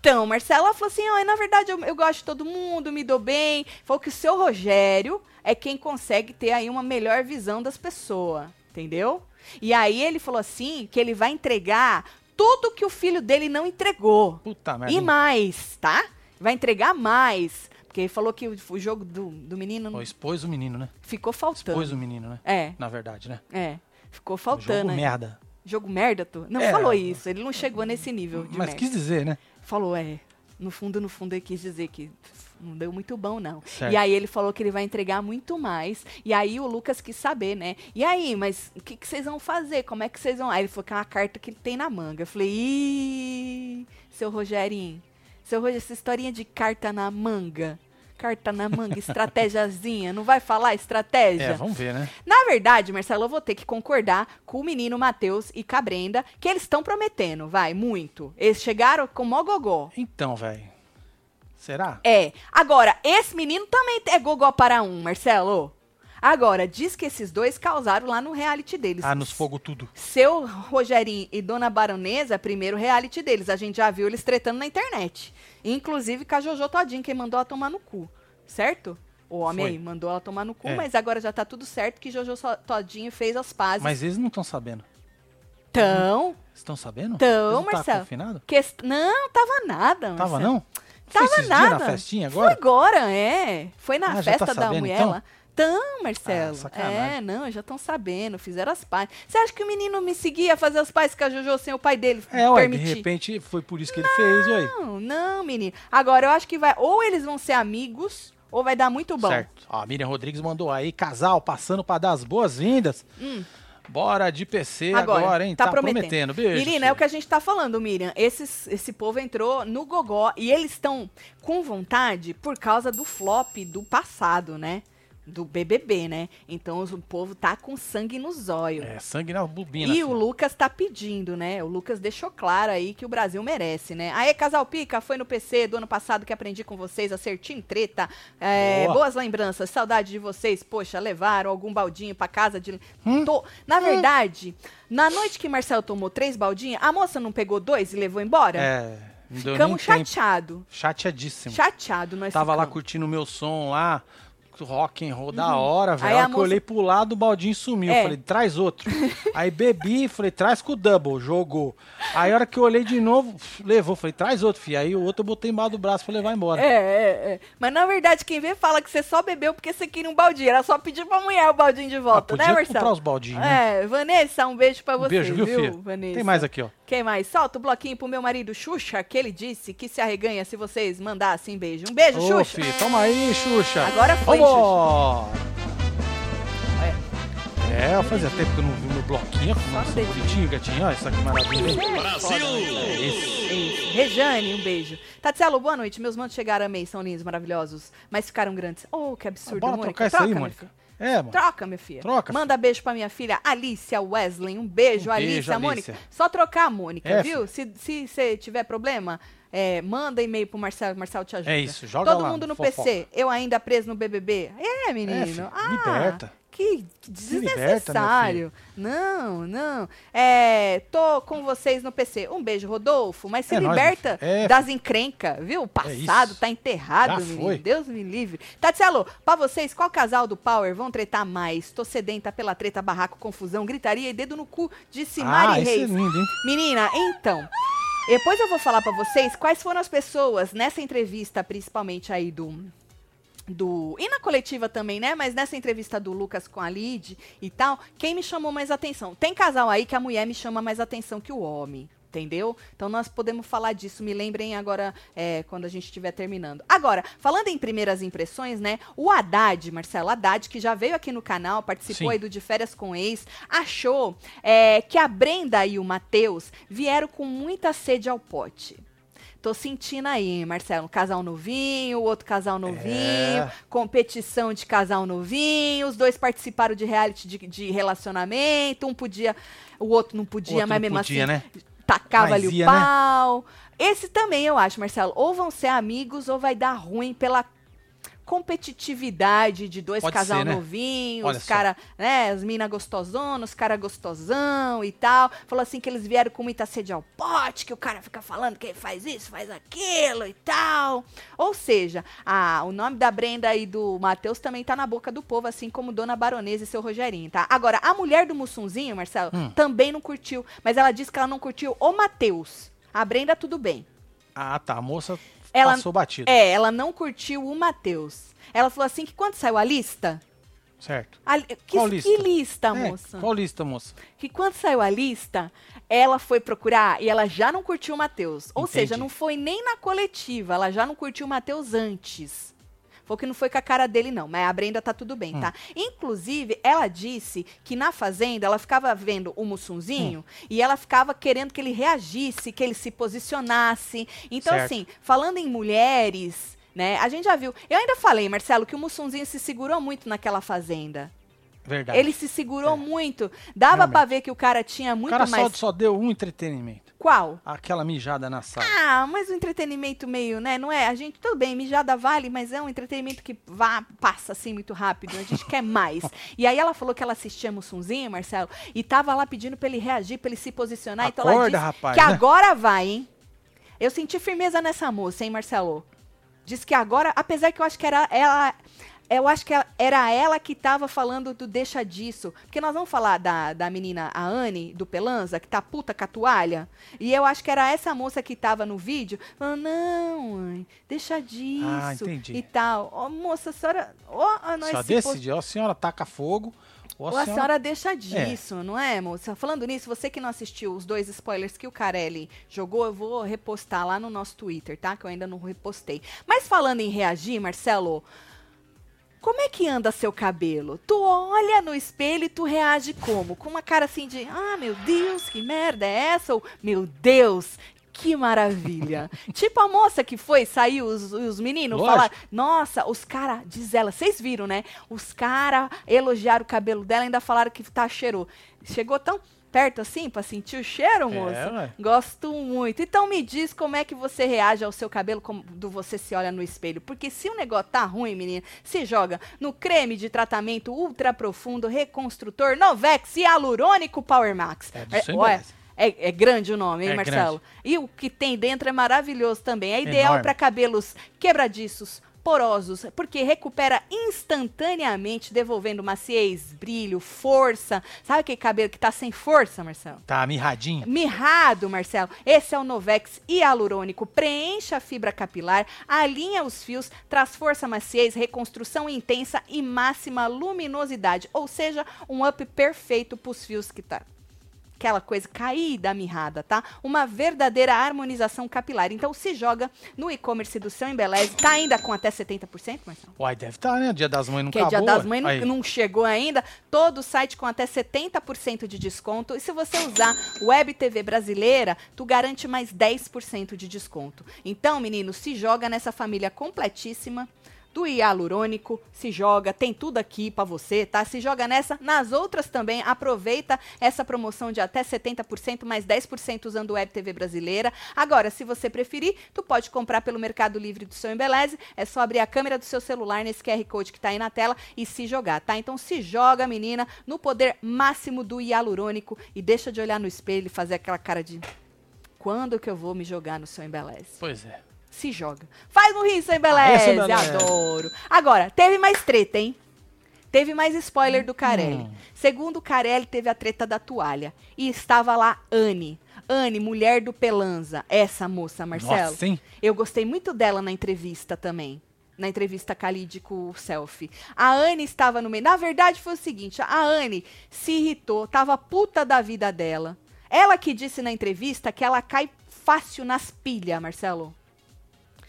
Speaker 1: Então, Marcela ela falou assim: ó, na verdade eu, eu gosto de todo mundo, me dou bem. Falou que o seu Rogério é quem consegue ter aí uma melhor visão das pessoas, entendeu? E aí ele falou assim: que ele vai entregar tudo que o filho dele não entregou.
Speaker 2: Puta merda.
Speaker 1: E mais, tá? Vai entregar mais. Porque ele falou que o, o jogo do, do menino
Speaker 2: Pô, expôs o menino, né?
Speaker 1: ficou faltando.
Speaker 2: Expôs o menino, né?
Speaker 1: É,
Speaker 2: Na verdade, né?
Speaker 1: é. Ficou
Speaker 2: Jogo
Speaker 1: faltando. né?
Speaker 2: merda.
Speaker 1: Jogo merda, tu? Não
Speaker 2: É.
Speaker 1: falou isso. Ele não chegou nesse nível de
Speaker 2: Mas
Speaker 1: merda.
Speaker 2: quis dizer, né?
Speaker 1: Falou, é. No fundo, no fundo, ele quis dizer que não deu muito bom, não.
Speaker 2: Certo.
Speaker 1: E aí ele falou que ele vai entregar muito mais. E aí o Lucas quis saber, né? E aí, mas o que, que vocês vão fazer? Como é que vocês vão. Aí ele falou que é uma carta que ele tem na manga. Eu falei, Ih, seu Rogerinho. Seu Rogério, essa historinha de carta na manga. Carta na manga, estratégiazinha. Não vai falar estratégia?
Speaker 2: É, vamos ver, né?
Speaker 1: Na verdade, Marcelo, eu vou ter que concordar com o menino Matheus e Cabrenda, que eles estão prometendo, vai, muito. Eles chegaram com mó gogó.
Speaker 2: Então, velho. Será?
Speaker 1: É. Agora, esse menino também é gogó para um, Marcelo. Agora, diz que esses dois causaram lá no reality deles.
Speaker 2: Ah, nos fogo tudo.
Speaker 1: Seu Rogerinho e Dona Baronesa, primeiro reality deles. A gente já viu eles tretando na internet. Inclusive com a Jojo Todinho, quem mandou ela tomar no cu. Certo? O homem
Speaker 2: Foi.
Speaker 1: aí mandou ela tomar no cu,
Speaker 2: É.
Speaker 1: mas agora já tá tudo certo que Jojo so- Todinho fez as pazes.
Speaker 2: Mas eles não estão sabendo.
Speaker 1: Então,
Speaker 2: Estão sabendo?
Speaker 1: Tão,
Speaker 2: Eles não Tá
Speaker 1: Marcelo.
Speaker 2: confinado?
Speaker 1: que... não, tava nada.
Speaker 2: Tava
Speaker 1: Marcelo.
Speaker 2: não? Foi
Speaker 1: Tava
Speaker 2: esses
Speaker 1: nada.
Speaker 2: dias na festinha agora?
Speaker 1: Foi agora, é. Foi na
Speaker 2: Ah, já tá
Speaker 1: festa da
Speaker 2: sabendo,
Speaker 1: mulher
Speaker 2: então?
Speaker 1: lá. Tão, Marcelo.
Speaker 2: Ah, sacanagem.
Speaker 1: é, não, já estão sabendo, fizeram as pazes. Você acha que o menino me seguia fazer as pazes com a Jojo sem o pai dele
Speaker 2: É, ué,
Speaker 1: permitir?
Speaker 2: de repente foi por isso que ele fez, ué.
Speaker 1: Não, não, menino. Agora eu acho que vai. Ou eles vão ser amigos, ou vai dar muito tá bom.
Speaker 2: Certo. Ó, a Miriam Rodrigues mandou aí, casal, passando pra dar as boas-vindas. Bora de PC agora, hein?
Speaker 1: Hum. Tá,
Speaker 2: prometendo. Beijo.
Speaker 1: Menina, é o que a gente tá falando, Miriam. Esses, esse povo entrou no gogó e eles estão com vontade por causa do flop do passado, né? Do BBB, né? Então os- o povo tá com sangue nos olhos.
Speaker 2: É, sangue na bobina.
Speaker 1: E
Speaker 2: filho.
Speaker 1: o Lucas tá pedindo, né? O Lucas deixou claro aí que o Brasil merece, né? Aê, Casal Pica, foi no PC do ano passado que aprendi com vocês, acertinho em treta. É,
Speaker 2: Boa.
Speaker 1: boas lembranças, saudade de vocês. Poxa, levaram algum baldinho pra casa de...
Speaker 2: Hum?
Speaker 1: Tô- Na verdade, na noite que Marcelo tomou três baldinhos, a moça não pegou dois e levou embora?
Speaker 2: É, não deu nem
Speaker 1: ficamos
Speaker 2: tempo.
Speaker 1: chateado.
Speaker 2: Chateadíssimo.
Speaker 1: Chateado, nós
Speaker 2: Tava lá
Speaker 1: ficamos.
Speaker 2: curtindo o meu som lá, rock and roll da hora, velho.
Speaker 1: Uhum. Aí
Speaker 2: A hora
Speaker 1: a
Speaker 2: que eu
Speaker 1: moça-
Speaker 2: olhei pro lado, o baldinho sumiu.
Speaker 1: É.
Speaker 2: Falei, traz outro. Aí bebi, falei, traz com o double, jogou. Aí a hora que eu olhei de novo, levou. Falei, traz outro, filho. Aí o outro eu botei embaixo do braço, falei, vai embora.
Speaker 1: É, é, é. Mas na verdade, quem vê fala que você só bebeu porque você queria um baldinho. Era só pedir pra mulher o baldinho de
Speaker 2: Ah,
Speaker 1: volta,
Speaker 2: podia
Speaker 1: né, Marcelo?
Speaker 2: comprar os baldinhos, né?
Speaker 1: É, Vanessa, um beijo pra
Speaker 2: Um
Speaker 1: você,
Speaker 2: beijo, viu, filho?
Speaker 1: Vanessa?
Speaker 2: Tem mais aqui, ó.
Speaker 1: Quem mais? Solta o bloquinho pro meu marido Xuxa, que ele disse que se arreganha se vocês mandassem beijo. Um beijo,
Speaker 2: Ô,
Speaker 1: Xuxa.
Speaker 2: filho, toma aí, Xuxa.
Speaker 1: Agora foi,
Speaker 2: Vambora. É, eu fazia tempo que eu não vi meu bloquinho. Nossa,
Speaker 1: Fala,
Speaker 2: bonitinho, gatinho. Olha, isso aqui maravilha.
Speaker 1: Brasil!
Speaker 2: É isso.
Speaker 1: Rejane, um beijo. Tatielo, boa noite. Meus mantos chegaram, amei. São lindos, maravilhosos, mas ficaram grandes. Oh, que absurdo,
Speaker 2: Bora
Speaker 1: Mônica.
Speaker 2: trocar isso aí,
Speaker 1: Troca,
Speaker 2: Mônica.
Speaker 1: meu filho.
Speaker 2: É, mano.
Speaker 1: Troca, minha filha.
Speaker 2: Troca,
Speaker 1: Manda beijo pra minha filha Alicia Wesley. Um
Speaker 2: Um
Speaker 1: beijo,
Speaker 2: beijo,
Speaker 1: Alicia, Mônica.
Speaker 2: Alicia.
Speaker 1: Só trocar a Mônica,
Speaker 2: É,
Speaker 1: viu? Se se você tiver problema, é, manda e-mail pro Marcelo, Marcelo te ajuda.
Speaker 2: É isso, joga
Speaker 1: Todo
Speaker 2: lá
Speaker 1: mundo no
Speaker 2: fofoca.
Speaker 1: PC, eu ainda preso no BBB. É, menino.
Speaker 2: É, filho,
Speaker 1: ah,
Speaker 2: liberta.
Speaker 1: Que
Speaker 2: Se liberta, minha
Speaker 1: desnecessário. não, não. É, tô com vocês no PC. Um beijo, Rodolfo, mas se
Speaker 2: É nóis,
Speaker 1: liberta
Speaker 2: meu filho. É,
Speaker 1: das encrencas, viu? O passado
Speaker 2: isso.
Speaker 1: tá enterrado,
Speaker 2: Já
Speaker 1: menino.
Speaker 2: foi.
Speaker 1: Deus me livre. Tatielo, pra vocês, qual casal do Power vão tretar mais? Tô sedenta pela treta, barraco, confusão, gritaria e dedo no cu de
Speaker 2: ah,
Speaker 1: Simari
Speaker 2: esse é
Speaker 1: Reis.
Speaker 2: lindo, hein?
Speaker 1: Menina, então. Depois eu vou falar pra vocês quais foram as pessoas nessa entrevista, principalmente aí do. Do, e na coletiva também, né? Mas nessa entrevista do Lucas com a Lid e tal, quem me chamou mais atenção? Tem casal aí que a mulher me chama mais atenção que o homem, entendeu? Então nós podemos falar disso. Me lembrem agora é, quando a gente estiver terminando. Agora, falando em primeiras impressões, né? O Haddad, Marcelo Haddad, que já veio aqui no canal, participou
Speaker 2: Sim.
Speaker 1: aí do De Férias com Ex, achou é, que a Brenda e o Matheus vieram com muita sede ao pote. Tô sentindo aí, Marcelo, um casal novinho, outro casal novinho,
Speaker 2: É.
Speaker 1: competição de casal novinho, os dois participaram de reality de, de relacionamento, um podia, o outro não podia,
Speaker 2: Outro
Speaker 1: mas
Speaker 2: não
Speaker 1: mesmo
Speaker 2: podia,
Speaker 1: assim
Speaker 2: né?
Speaker 1: tacava
Speaker 2: Mas
Speaker 1: ali
Speaker 2: ia,
Speaker 1: o
Speaker 2: né?
Speaker 1: pau. Esse também eu acho, Marcelo, ou vão ser amigos ou vai dar ruim pela competitividade de dois
Speaker 2: Pode
Speaker 1: casal
Speaker 2: ser, né?
Speaker 1: novinhos,
Speaker 2: Olha
Speaker 1: os
Speaker 2: só.
Speaker 1: cara, né, as mina gostosona, os cara gostosão e tal. Falou assim que eles vieram com muita sede ao pote, que o cara fica falando que ele faz isso, faz aquilo e tal. Ou seja, a- o nome da Brenda e do Matheus também tá na boca do povo, assim como Dona Baronesa e seu Rogerinho, tá? Agora, a mulher do Mussunzinho, Marcelo,
Speaker 2: Hum.
Speaker 1: também não curtiu, mas ela disse que ela não curtiu o Matheus. A Brenda, tudo bem.
Speaker 2: Ah, tá. A moça
Speaker 1: Ela-
Speaker 2: passou batido.
Speaker 1: É, ela não curtiu o Matheus. Ela falou assim que quando saiu a lista.
Speaker 2: Certo.
Speaker 1: a li- que,
Speaker 2: Qual
Speaker 1: que
Speaker 2: lista?
Speaker 1: lista,
Speaker 2: É,
Speaker 1: moça?
Speaker 2: Qual lista, moça?
Speaker 1: Que quando saiu a lista, ela foi procurar e ela já não curtiu o Matheus. Ou
Speaker 2: Entendi.
Speaker 1: seja, não foi nem na coletiva, ela já não curtiu o Matheus antes. Foi que não foi com a cara dele, não. Mas a Brenda tá tudo
Speaker 2: Hum.
Speaker 1: bem, tá? Inclusive, ela disse que na Fazenda ela ficava vendo o Mussunzinho
Speaker 2: Hum.
Speaker 1: e ela ficava querendo que ele reagisse, que ele se posicionasse. Então,
Speaker 2: Certo.
Speaker 1: assim, falando em mulheres, né? A gente já viu. Eu ainda falei, Marcelo, que o Mussunzinho se segurou muito naquela Fazenda.
Speaker 2: Verdade. É.
Speaker 1: Ele é se segurou muito. Dava pra ver que o cara tinha
Speaker 2: o
Speaker 1: muito
Speaker 2: cara
Speaker 1: mais.
Speaker 2: só, só deu um entretenimento.
Speaker 1: Qual?
Speaker 2: Aquela mijada na sala.
Speaker 1: Ah, mas o entretenimento meio, né? Não é? A gente, tudo bem, mijada vale, mas é um entretenimento que vá, passa assim muito rápido. A gente quer mais. E aí ela falou que ela assistia Mussunzinho, Marcelo, e tava lá pedindo pra ele reagir, pra ele se posicionar. então ela
Speaker 2: Acorda,
Speaker 1: disse
Speaker 2: rapaz,
Speaker 1: que
Speaker 2: né?
Speaker 1: agora vai, hein? Eu senti firmeza nessa moça, hein, Marcelo? Diz que agora, apesar que eu acho que era ela. Eu acho que ela- era ela que tava falando do deixa disso. Porque nós vamos falar da, da menina, a Anne, do Pelanza, que tá puta com a toalha. E eu acho que era essa moça que tava no vídeo, falando, não, Anne, deixa disso.
Speaker 2: Ah, entendi.
Speaker 1: E tal. Ó, moça, a senhora. Ó, a nós
Speaker 2: Só
Speaker 1: se pos-
Speaker 2: decide. Ou a senhora taca fogo, ou a
Speaker 1: ou a
Speaker 2: senhora...
Speaker 1: senhora deixa disso, não é, moça? Falando nisso, você que não assistiu os dois spoilers que o Carelli jogou, eu vou repostar lá no nosso Twitter, tá? Que eu ainda não repostei. Mas falando em reagir, Marcelo, como é que anda seu cabelo? Tu olha no espelho e tu reage como? Com uma cara assim de, ah, meu Deus, que merda é essa? Ou, meu Deus, que maravilha. tipo a moça que foi, saiu, os, os meninos
Speaker 2: Lógico.
Speaker 1: falaram, nossa, os cara, diz ela, vocês viram, né? Os cara elogiaram o cabelo dela e ainda falaram que tá cheiro. Chegou tão perto assim pra sentir o cheiro,
Speaker 2: É,
Speaker 1: moça?
Speaker 2: ué.
Speaker 1: Gosto muito. Então me diz como é que você reage ao seu cabelo quando você se olha no espelho. Porque se o negócio tá ruim, menina, se joga no creme de tratamento ultra profundo, reconstrutor, Novex e hialurônico Power Max.
Speaker 2: É, disso aí
Speaker 1: ué,
Speaker 2: merece.
Speaker 1: é- é grande o nome, hein,
Speaker 2: É
Speaker 1: Marcelo? E o que tem dentro é maravilhoso também. É ideal
Speaker 2: Enorme.
Speaker 1: para cabelos quebradiços, porosos, porque recupera instantaneamente, devolvendo maciez, brilho, força. Sabe aquele cabelo que tá sem força, Marcelo?
Speaker 2: Tá mirradinha.
Speaker 1: Mirrado, Marcelo. Esse é o Novex hialurônico. Preenche a fibra capilar, alinha os fios, traz força maciez, reconstrução intensa e máxima luminosidade. Ou seja, um up perfeito pros fios que tá. Aquela coisa caída, mirrada, tá? Uma verdadeira harmonização capilar. Então se joga no e-commerce do seu Embeleze. Tá ainda com até 70%, Marcelo?
Speaker 2: Uai, deve estar, né? Dia das Mães não
Speaker 1: É Que é
Speaker 2: acabou.
Speaker 1: Dia das
Speaker 2: ué.
Speaker 1: Mães não,
Speaker 2: Aí.
Speaker 1: não chegou ainda. Todo o site com até 70% de desconto. E se você usar Web TV Brasileira, tu garante mais 10% de desconto. Então, menino, se joga nessa família completíssima do hialurônico, se joga, tem tudo aqui pra você, tá? Se joga nessa, nas outras também, aproveita essa promoção de até 70% mais 10% usando Web TV brasileira. Agora, se você preferir, tu pode comprar pelo Mercado Livre do seu Embeleze, é só abrir a câmera do seu celular nesse QR Code que tá aí na tela e se jogar, tá? Então se joga, menina, no poder máximo do hialurônico e deixa de olhar no espelho e fazer aquela cara de quando que eu vou me jogar no seu Embeleze?
Speaker 2: Pois é.
Speaker 1: Se joga. Faz um no Rio, seu Embeleze.
Speaker 2: Ah, essa é
Speaker 1: Adoro. Agora, teve mais treta, hein? Teve mais spoiler do Carelli.
Speaker 2: Hum.
Speaker 1: Segundo o Carelli, teve a treta da toalha. E estava lá Anne. Anne, mulher do Pelanza. Essa moça, Marcelo.
Speaker 2: Nossa, hein?
Speaker 1: Eu gostei muito dela na entrevista também. Na entrevista Khalid com o Selfie. A Anne estava no meio. Na verdade, foi o seguinte: a Anne se irritou, tava puta da vida dela. Ela que disse na entrevista que ela cai fácil nas pilhas, Marcelo.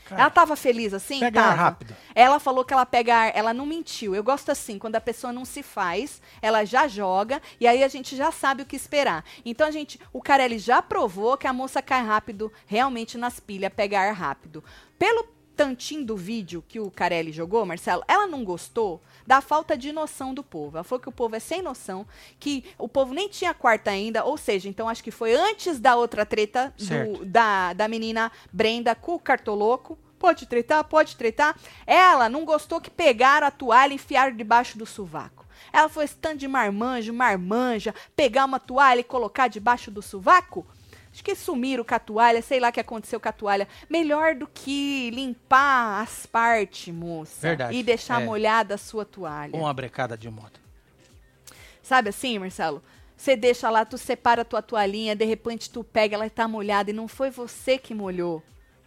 Speaker 2: Cara,
Speaker 1: ela tava feliz assim?
Speaker 2: pega
Speaker 1: tava.
Speaker 2: rápido.
Speaker 1: Ela falou que ela pega ar, ela não mentiu. Eu gosto assim, quando a pessoa não se faz, ela já joga e aí a gente já sabe o que esperar. Então a gente, o Carelli já provou que a moça cai rápido, realmente nas pilhas, pega ar rápido. Pelo tantinho do vídeo que o Carelli jogou, Marcelo, ela não gostou da falta de noção do povo. Ela falou que o povo é sem noção, que o povo nem tinha quarta ainda, ou seja, então acho que foi antes da outra treta do-
Speaker 2: Certo.
Speaker 1: da, da menina Brenda com o cartoloco. Pode tretar, pode tretar. Ela não gostou que pegaram a toalha e enfiaram debaixo do sovaco. Ela foi stand de marmanjo, marmanja, pegar uma toalha e colocar debaixo do sovaco? Acho que sumiram com a toalha, sei lá o que aconteceu com a toalha. Melhor do que limpar as partes, moça.
Speaker 2: Verdade,
Speaker 1: E deixar
Speaker 2: é.
Speaker 1: molhada a sua toalha.
Speaker 2: Uma brecada de moto.
Speaker 1: Sabe assim, Marcelo? Você deixa lá, tu separa a tua toalhinha, de repente tu pega, ela tá molhada e não foi você que molhou.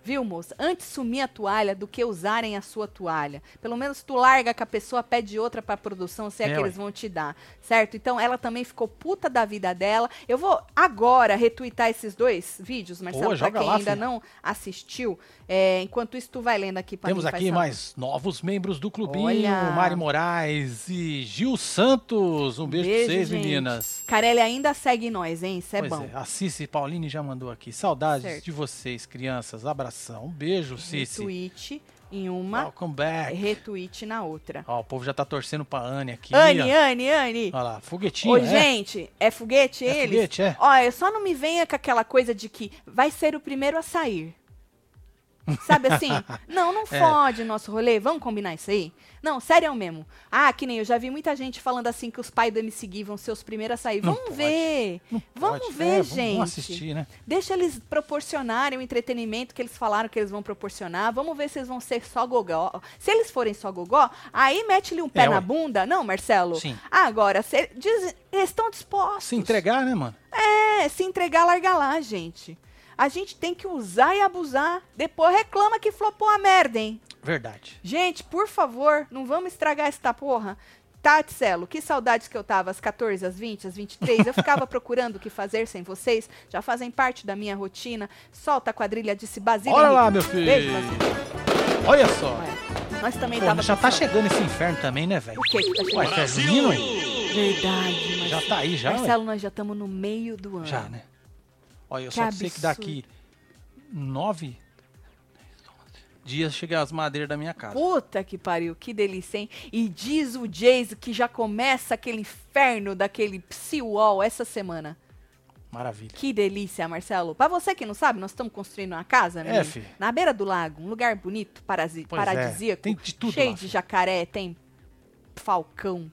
Speaker 1: Viu, moça? Antes sumir a toalha do que usarem a sua toalha. Pelo menos tu larga com a pessoa, pede outra pra produção, se é,
Speaker 2: É,
Speaker 1: que
Speaker 2: ué.
Speaker 1: eles vão te dar. Certo? Então ela também ficou puta da vida dela. Eu vou agora retweetar esses dois vídeos, Marcelo, pra
Speaker 2: joga
Speaker 1: quem
Speaker 2: lá,
Speaker 1: ainda
Speaker 2: filha.
Speaker 1: não assistiu. É, enquanto isso, tu vai lendo aqui pra
Speaker 2: Temos
Speaker 1: mim. faz
Speaker 2: aqui
Speaker 1: favor.
Speaker 2: mais novos membros do clubinho,
Speaker 1: Olha.
Speaker 2: Mari Moraes e Gil Santos. Um beijo, pra vocês,
Speaker 1: gente.
Speaker 2: meninas.
Speaker 1: Carelli ainda segue nós, hein? Isso é
Speaker 2: pois
Speaker 1: bom.
Speaker 2: é, a Cici Pauline já mandou aqui. Saudades
Speaker 1: Certo.
Speaker 2: de vocês, crianças. Abração. Um beijo, Cici.
Speaker 1: Retweet em uma,
Speaker 2: Welcome back.
Speaker 1: retweet na outra.
Speaker 2: Ó, o povo já tá torcendo pra Anne aqui.
Speaker 1: Anne,
Speaker 2: ó.
Speaker 1: Anne, Anne.
Speaker 2: Olha lá, foguetinho,
Speaker 1: Oi,
Speaker 2: né?
Speaker 1: gente, é foguete
Speaker 2: Ah, É
Speaker 1: eles?
Speaker 2: foguete, é.
Speaker 1: Olha, só não me venha com aquela coisa de que vai ser o primeiro a sair. Sabe assim? não, não
Speaker 2: É.
Speaker 1: fode nosso rolê, vamos combinar isso aí? Não, sério mesmo. Ah, que nem eu já vi muita gente falando assim que os pais do MC Gui vão ser os primeiros a sair.
Speaker 2: Não
Speaker 1: vamos
Speaker 2: pode.
Speaker 1: ver.
Speaker 2: Não
Speaker 1: Vamos
Speaker 2: pode.
Speaker 1: ver,
Speaker 2: É,
Speaker 1: gente.
Speaker 2: Vamos assistir, né?
Speaker 1: Deixa eles proporcionarem o entretenimento que eles falaram que eles vão proporcionar. Vamos ver se eles vão ser só gogó. Se eles forem só gogó, aí mete-lhe um pé
Speaker 2: É,
Speaker 1: na
Speaker 2: ué.
Speaker 1: bunda. Não, Marcelo?
Speaker 2: Sim.
Speaker 1: Agora, se, diz, eles estão dispostos.
Speaker 2: Se entregar, né, mano?
Speaker 1: É, se entregar, larga lá, gente. A gente tem que usar e abusar. Depois reclama que flopou a merda, hein?
Speaker 2: Verdade.
Speaker 1: Gente, por favor, não vamos estragar esta porra. Tatselo, que saudades que eu tava às 14, às 20, às 23. Eu ficava procurando o que fazer sem vocês. Já fazem parte da minha rotina. Solta a quadrilha, disse Basílio.
Speaker 2: Olha lá, meu
Speaker 1: Henrique.
Speaker 2: filho.
Speaker 1: Beijo, Basílio.
Speaker 2: Olha só.
Speaker 1: Olha, Nós também
Speaker 2: Pô,
Speaker 1: tava.
Speaker 2: mas já tá
Speaker 1: pensando.
Speaker 2: chegando esse inferno também, né, velho?
Speaker 1: O que que tá
Speaker 2: Ué,
Speaker 1: chegando?
Speaker 2: Fez Menino, hein?
Speaker 1: Verdade, Marcelo.
Speaker 2: já tá aí, já, ué?
Speaker 1: Marcelo, nós já estamos no meio do ano.
Speaker 2: Já, né? Olha, eu
Speaker 1: Que
Speaker 2: só sei que daqui nove dias chega as madeiras da minha casa.
Speaker 1: Puta que pariu, que delícia, hein? E diz o Jason que já começa aquele inferno daquele psiwall essa semana.
Speaker 2: Maravilha.
Speaker 1: Que delícia, Marcelo. Pra você que não sabe, nós estamos construindo uma casa, né?
Speaker 2: fi.
Speaker 1: Na beira do lago, um lugar bonito, parasi-
Speaker 2: É, Pois é,
Speaker 1: paradisíaco.
Speaker 2: tem de tudo
Speaker 1: cheio
Speaker 2: lá,
Speaker 1: de
Speaker 2: fi.
Speaker 1: jacaré, tem falcão,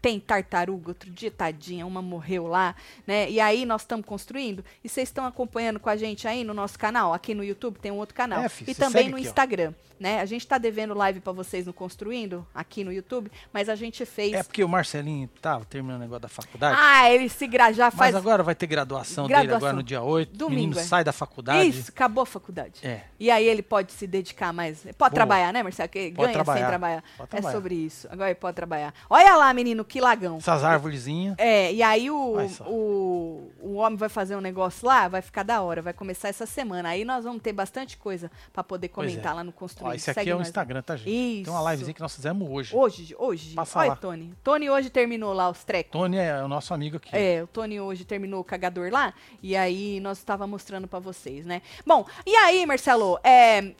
Speaker 1: tem tartaruga. Outro dia, tadinha, uma morreu lá, né? E aí nós estamos construindo. E vocês estão acompanhando com a gente aí no nosso canal. Aqui no YouTube tem um outro canal.
Speaker 2: É, fi,
Speaker 1: e
Speaker 2: cê
Speaker 1: também
Speaker 2: segue
Speaker 1: no
Speaker 2: aqui, ó.
Speaker 1: Instagram, né? A gente tá devendo live pra vocês no Construindo, aqui no YouTube, mas a gente fez.
Speaker 2: É porque o Marcelinho tava terminando o negócio da faculdade.
Speaker 1: Ah, ele se grajar
Speaker 2: mas
Speaker 1: faz.
Speaker 2: agora vai ter graduação, dele agora
Speaker 1: Graduação.
Speaker 2: no dia 8.
Speaker 1: Domingo,
Speaker 2: o menino
Speaker 1: é.
Speaker 2: sai da faculdade.
Speaker 1: Isso, acabou a faculdade.
Speaker 2: É.
Speaker 1: E aí ele pode se dedicar mais. Pode trabalhar, né, Marcelo?
Speaker 2: Pode
Speaker 1: Que ganha sem
Speaker 2: trabalhar.
Speaker 1: trabalhar.
Speaker 2: Pode
Speaker 1: É
Speaker 2: trabalhar.
Speaker 1: sobre isso. Agora ele pode trabalhar. Olha lá, menino, que lagão.
Speaker 2: Essas árvorezinhas.
Speaker 1: É, e aí o,
Speaker 2: Vai só.
Speaker 1: o, o homem vai fazer um negócio lá, vai ficar da hora, vai começar essa semana. Aí nós vamos ter bastante coisa pra poder
Speaker 2: Pois é.
Speaker 1: comentar lá no Construir.
Speaker 2: Ó, esse aqui
Speaker 1: Segue
Speaker 2: é o
Speaker 1: nós.
Speaker 2: Instagram, tá, gente? Tem
Speaker 1: Isso.
Speaker 2: uma livezinha que nós fizemos hoje.
Speaker 1: Hoje, hoje.
Speaker 2: Passa
Speaker 1: Olha,
Speaker 2: lá.
Speaker 1: Tony. Tony hoje terminou lá os trecos.
Speaker 2: Tony é o nosso amigo aqui.
Speaker 1: É, o Tony hoje terminou o cagador lá, e aí nós estava mostrando pra vocês, né? Bom, e aí, Marcelo, é,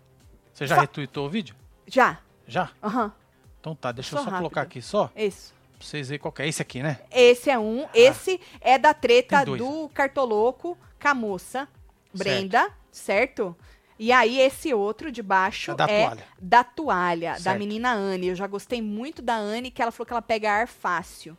Speaker 2: Você já
Speaker 1: Fa-
Speaker 2: retweetou o vídeo?
Speaker 1: já,
Speaker 2: Já?
Speaker 1: Aham.
Speaker 2: Então tá, deixa
Speaker 1: Só
Speaker 2: eu só
Speaker 1: rápido.
Speaker 2: colocar aqui só, pra
Speaker 1: Isso.
Speaker 2: vocês verem qual que é. Esse aqui, né?
Speaker 1: Esse é um. Esse é da treta
Speaker 2: Tem dois. né?
Speaker 1: do cartoloco com a moça, Brenda, certo? E aí, esse outro de baixo
Speaker 2: É da
Speaker 1: é
Speaker 2: toalha.
Speaker 1: da toalha, da
Speaker 2: Certo.
Speaker 1: menina Anne. Eu já gostei muito da Anne, que ela falou que ela pega ar fácil.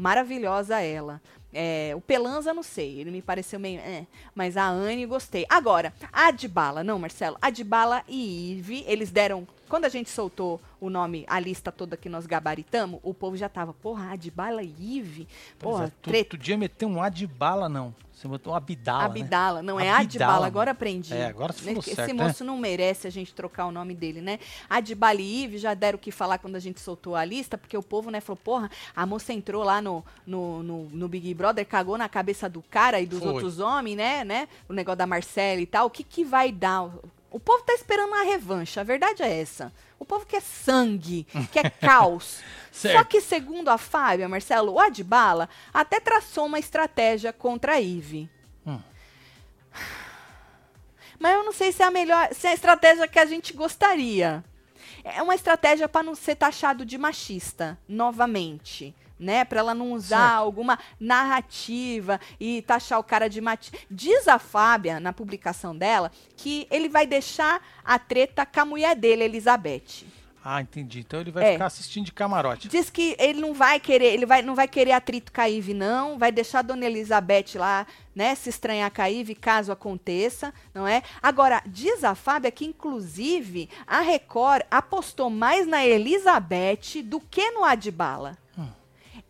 Speaker 1: Maravilhosa ela. É, o Pelanza, não sei, ele me pareceu meio. eh, mas a Anne gostei. Agora, a de bala, não, Marcelo. A de bala e Ive, eles deram. Quando a gente soltou o nome, a lista toda que nós gabaritamos, o povo já tava, porra, a de bala e Ive.
Speaker 2: Pois
Speaker 1: Porra,
Speaker 2: é, tu,
Speaker 1: treta.
Speaker 2: tu dia meter um A de bala, não. Você botou um Abdala, né?
Speaker 1: Abdala, não é
Speaker 2: Abdala,
Speaker 1: Adbala,
Speaker 2: mano.
Speaker 1: agora aprendi.
Speaker 2: É, agora você
Speaker 1: Né,
Speaker 2: falou
Speaker 1: que Esse
Speaker 2: certo, né?
Speaker 1: moço não merece a gente trocar o nome dele, né? Adbala e Ive já deram o que falar quando a gente soltou a lista, porque o povo, né, falou, porra, a moça entrou lá no, no, no, no Big Brother, cagou na cabeça do cara e dos
Speaker 2: Foi.
Speaker 1: outros homens, né, né? O negócio da Marcela e tal, o que que vai dar? O povo tá esperando uma revanche, a verdade é essa. O povo quer sangue, quer caos. Só
Speaker 2: Certo.
Speaker 1: que, segundo a Fábia, Marcelo, o Adbala até traçou uma estratégia contra a Ive.
Speaker 2: Hum.
Speaker 1: Mas eu não sei se é a melhor, se é a estratégia que a gente gostaria. É uma estratégia para não ser taxado de machista, novamente, né? Para ela não usar
Speaker 2: Certo.
Speaker 1: alguma narrativa e taxar o cara de machista. Diz a Fábia na publicação dela que ele vai deixar a treta com a mulher dele, Elizabeth.
Speaker 2: Ah, entendi. Então ele vai
Speaker 1: É.
Speaker 2: ficar assistindo de camarote.
Speaker 1: Diz que ele não vai querer, ele vai, não vai querer atrito com a Ive, não. Vai deixar a dona Elizabeth lá, né, se estranhar com a Ive, caso aconteça, não é? Agora, diz a Fábia que, inclusive, a Record apostou mais na Elizabeth do que no Adbala.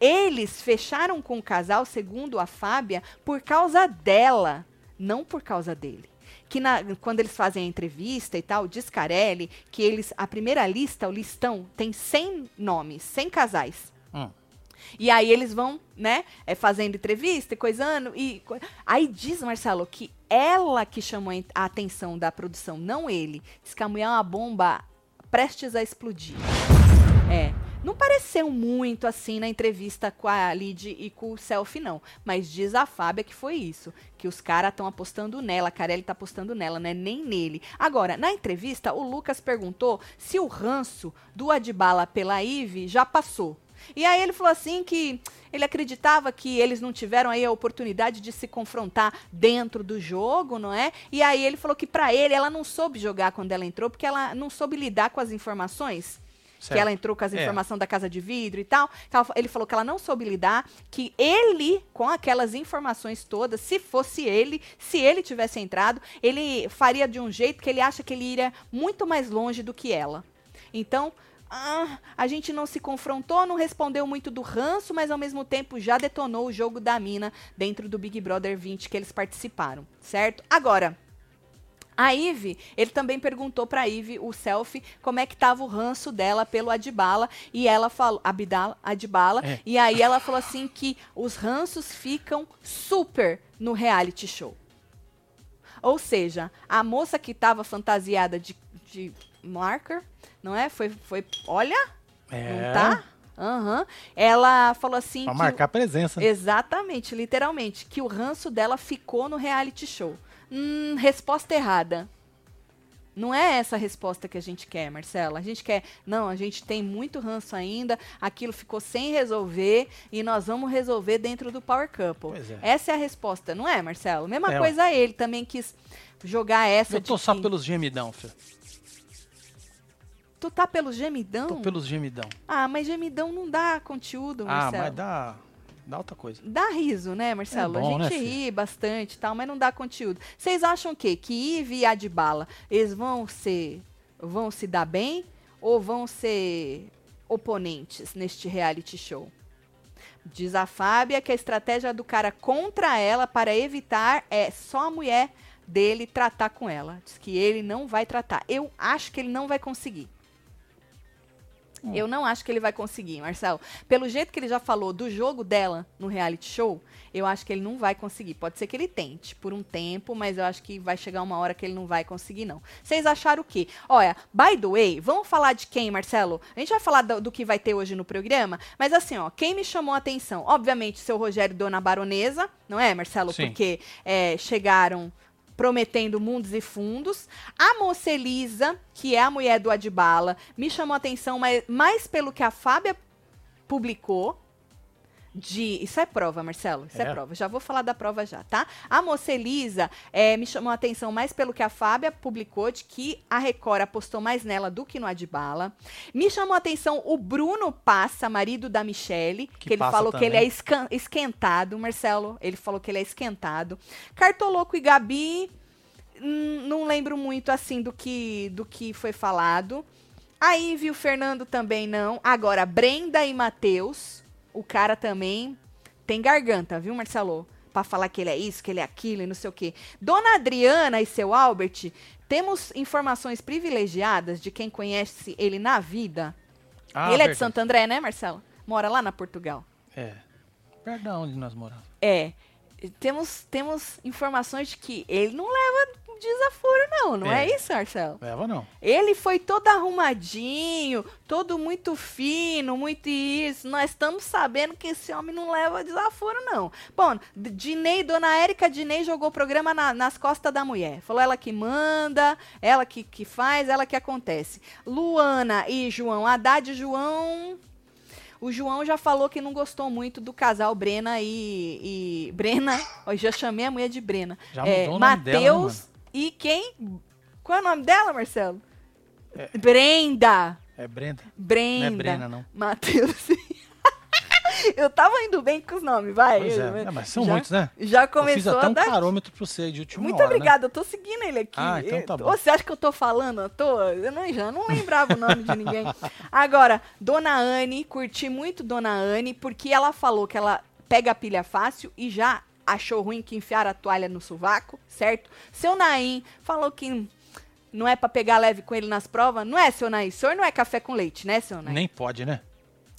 Speaker 1: Eles fecharam com o casal, segundo a Fábia, por causa dela, não por causa dele. Que na- quando eles fazem a entrevista e tal, diz Carelli que eles, a primeira lista, o listão, tem 100 nomes, 100 casais.
Speaker 2: Hum.
Speaker 1: E aí eles vão, né, é, fazendo entrevista e coisando. E co- Aí diz, Marcelo, que ela que chamou a en- a atenção da produção, não ele. Diz que a mulher é uma bomba prestes a explodir. É. Não pareceu muito assim na entrevista com a Lid e com o Selfie, não. Mas diz a Fábia que foi isso. Que os caras estão apostando nela, a Carelli tá apostando nela, né? Nem nele. Agora, na entrevista, o Lucas perguntou se o ranço do Adbala pela Ive já passou. E aí ele falou assim que ele acreditava que eles não tiveram aí a oportunidade de se confrontar dentro do jogo, não é? E aí ele falou que pra ele ela não soube jogar quando ela entrou, porque ela não soube lidar com as informações que
Speaker 2: Certo.
Speaker 1: ela entrou com as
Speaker 2: É.
Speaker 1: informações da casa de vidro e tal. que ela fa- ele falou que ela não soube lidar, que ele, com aquelas informações todas, se fosse ele, se ele tivesse entrado, ele faria de um jeito que ele acha que ele iria muito mais longe do que ela. Então. ah, a gente não se confrontou, não respondeu muito do ranço, mas ao mesmo tempo já detonou o jogo da mina dentro do Big Brother 20 que eles participaram, certo? Agora, a Ive, ele também perguntou pra Ive, o selfie, como é que tava o ranço dela pelo Adibala, e ela falou, Abdala, Adibala,
Speaker 2: É.
Speaker 1: e aí ela falou assim que os ranços ficam super no reality show. Ou seja, a moça que tava fantasiada de, de marker, não é? Foi, foi, olha,
Speaker 2: É,
Speaker 1: não tá? Aham. Ela falou assim
Speaker 2: Pra
Speaker 1: que-
Speaker 2: marcar a presença. né?
Speaker 1: Exatamente, literalmente. Que o ranço dela ficou no reality show. Hum, resposta errada. Não é essa a resposta que a gente quer, Marcela. A gente quer, não, a gente tem muito ranço ainda, aquilo ficou sem resolver e nós vamos resolver dentro do Power Couple.
Speaker 2: Pois é.
Speaker 1: Essa é a resposta, não é, Marcelo? Mesma
Speaker 2: É,
Speaker 1: coisa ele também quis jogar essa
Speaker 2: Eu tô
Speaker 1: de
Speaker 2: só
Speaker 1: que-
Speaker 2: pelos gemidão, filho.
Speaker 1: Tu tá pelo gemidão?
Speaker 2: Tô pelos gemidão.
Speaker 1: Ah, mas gemidão não dá conteúdo,
Speaker 2: Ah,
Speaker 1: Marcelo.
Speaker 2: mas dá, dá outra coisa.
Speaker 1: Dá riso, né, Marcelo?
Speaker 2: É bom,
Speaker 1: a
Speaker 2: né,
Speaker 1: gente
Speaker 2: filho?
Speaker 1: ri bastante e tal, mas não dá conteúdo. Vocês acham o quê? Que Ive e Adbala, eles vão ser. vão se dar bem ou vão ser oponentes neste reality show? Diz a Fábia que a estratégia do cara contra ela para evitar é só a mulher dele tratar com ela. Diz que ele não vai tratar. Eu acho que ele não vai conseguir.
Speaker 2: Hum.
Speaker 1: Eu não acho que ele vai conseguir, Marcelo. Pelo jeito que ele já falou do jogo dela no reality show, eu acho que ele não vai conseguir. Pode ser que ele tente por um tempo, mas eu acho que vai chegar uma hora que ele não vai conseguir, não. Vocês acharam o quê? Olha, by the way, vamos falar de quem, Marcelo? A gente vai falar do, do que vai ter hoje no programa, mas assim, ó, quem me chamou a atenção? Obviamente, seu Rogério e Dona Baronesa, não é, Marcelo?
Speaker 2: Sim.
Speaker 1: Porque é, chegaram prometendo mundos e fundos. A moça Elisa, que é a mulher do Adbala, me chamou a atenção mais, mais pelo que a Fábia publicou. De... Isso é prova, Marcelo. Isso é.
Speaker 2: É?
Speaker 1: prova. Já vou falar da prova já, tá? A moça Elisa eh, me chamou a atenção mais pelo que a Fábia publicou, de que a Record apostou mais nela do que no Adbala. Me chamou a atenção o Bruno Passa, marido da Michelle, que,
Speaker 2: Que
Speaker 1: ele
Speaker 2: passa
Speaker 1: falou que ele é
Speaker 2: também.
Speaker 1: escan- esquentado, Marcelo. Ele falou que ele é esquentado. Cartoloco e Gabi, hum, não lembro muito assim do que, do que foi falado. Aí viu Fernando também não. Agora, Brenda e Matheus, o cara também tem garganta, viu, Marcelo? Pra falar que ele é isso, que ele é aquilo e não sei o quê. Dona Adriana e seu Albert, temos informações privilegiadas de quem conhece ele na vida.
Speaker 2: Ah,
Speaker 1: ele é
Speaker 2: verdade.
Speaker 1: de Santo André, né, Marcelo? Mora lá na Portugal.
Speaker 2: É. Perto da onde nós moramos.
Speaker 1: É. Temos, temos informações de que ele não leva desaforo, não. Não é,
Speaker 2: É.
Speaker 1: isso, Marcelo?
Speaker 2: Leva não.
Speaker 1: Ele foi todo arrumadinho, todo muito fino, muito isso. Nós estamos sabendo que esse homem não leva desaforo, não. Bom, D- Dinei, dona Érica Dinei jogou o programa na- nas costas da mulher. Falou ela que manda, ela que, que faz, ela que acontece. Luana e João Haddad, João. O João já falou que não gostou muito do casal Brena e. e- Brena. Ó, já chamei a mulher de Brena.
Speaker 2: Já
Speaker 1: É,
Speaker 2: mudou o nome dela, né, mano?
Speaker 1: Matheus e quem? Qual é o nome dela, Marcelo? Brenda.
Speaker 2: É Brenda. Não
Speaker 1: Brenda.
Speaker 2: é Brena, não.
Speaker 1: Matheus. Eu tava indo bem com os nomes, vai.
Speaker 2: Pois
Speaker 1: Eu-
Speaker 2: é. É, mas são
Speaker 1: já,
Speaker 2: muitos, né?
Speaker 1: Já
Speaker 2: eu fiz
Speaker 1: começou
Speaker 2: até
Speaker 1: a
Speaker 2: um
Speaker 1: dar.
Speaker 2: carômetro pra você de última
Speaker 1: Muito
Speaker 2: hora, né?
Speaker 1: obrigada, eu tô seguindo ele aqui.
Speaker 2: Ah, então tá
Speaker 1: Eu-
Speaker 2: bom.
Speaker 1: Ou você acha que eu tô falando à toa? Eu não, já não lembrava o nome de ninguém. Agora, Dona Anne, curti muito Dona Anne, porque ela falou que ela pega a pilha fácil e já achou ruim que enfiar a toalha no sovaco, certo? Seu Naim falou que não é pra pegar leve com ele nas provas. Não é, seu Naim? O senhor não é café com leite, né, seu Naim?
Speaker 2: Nem pode, né?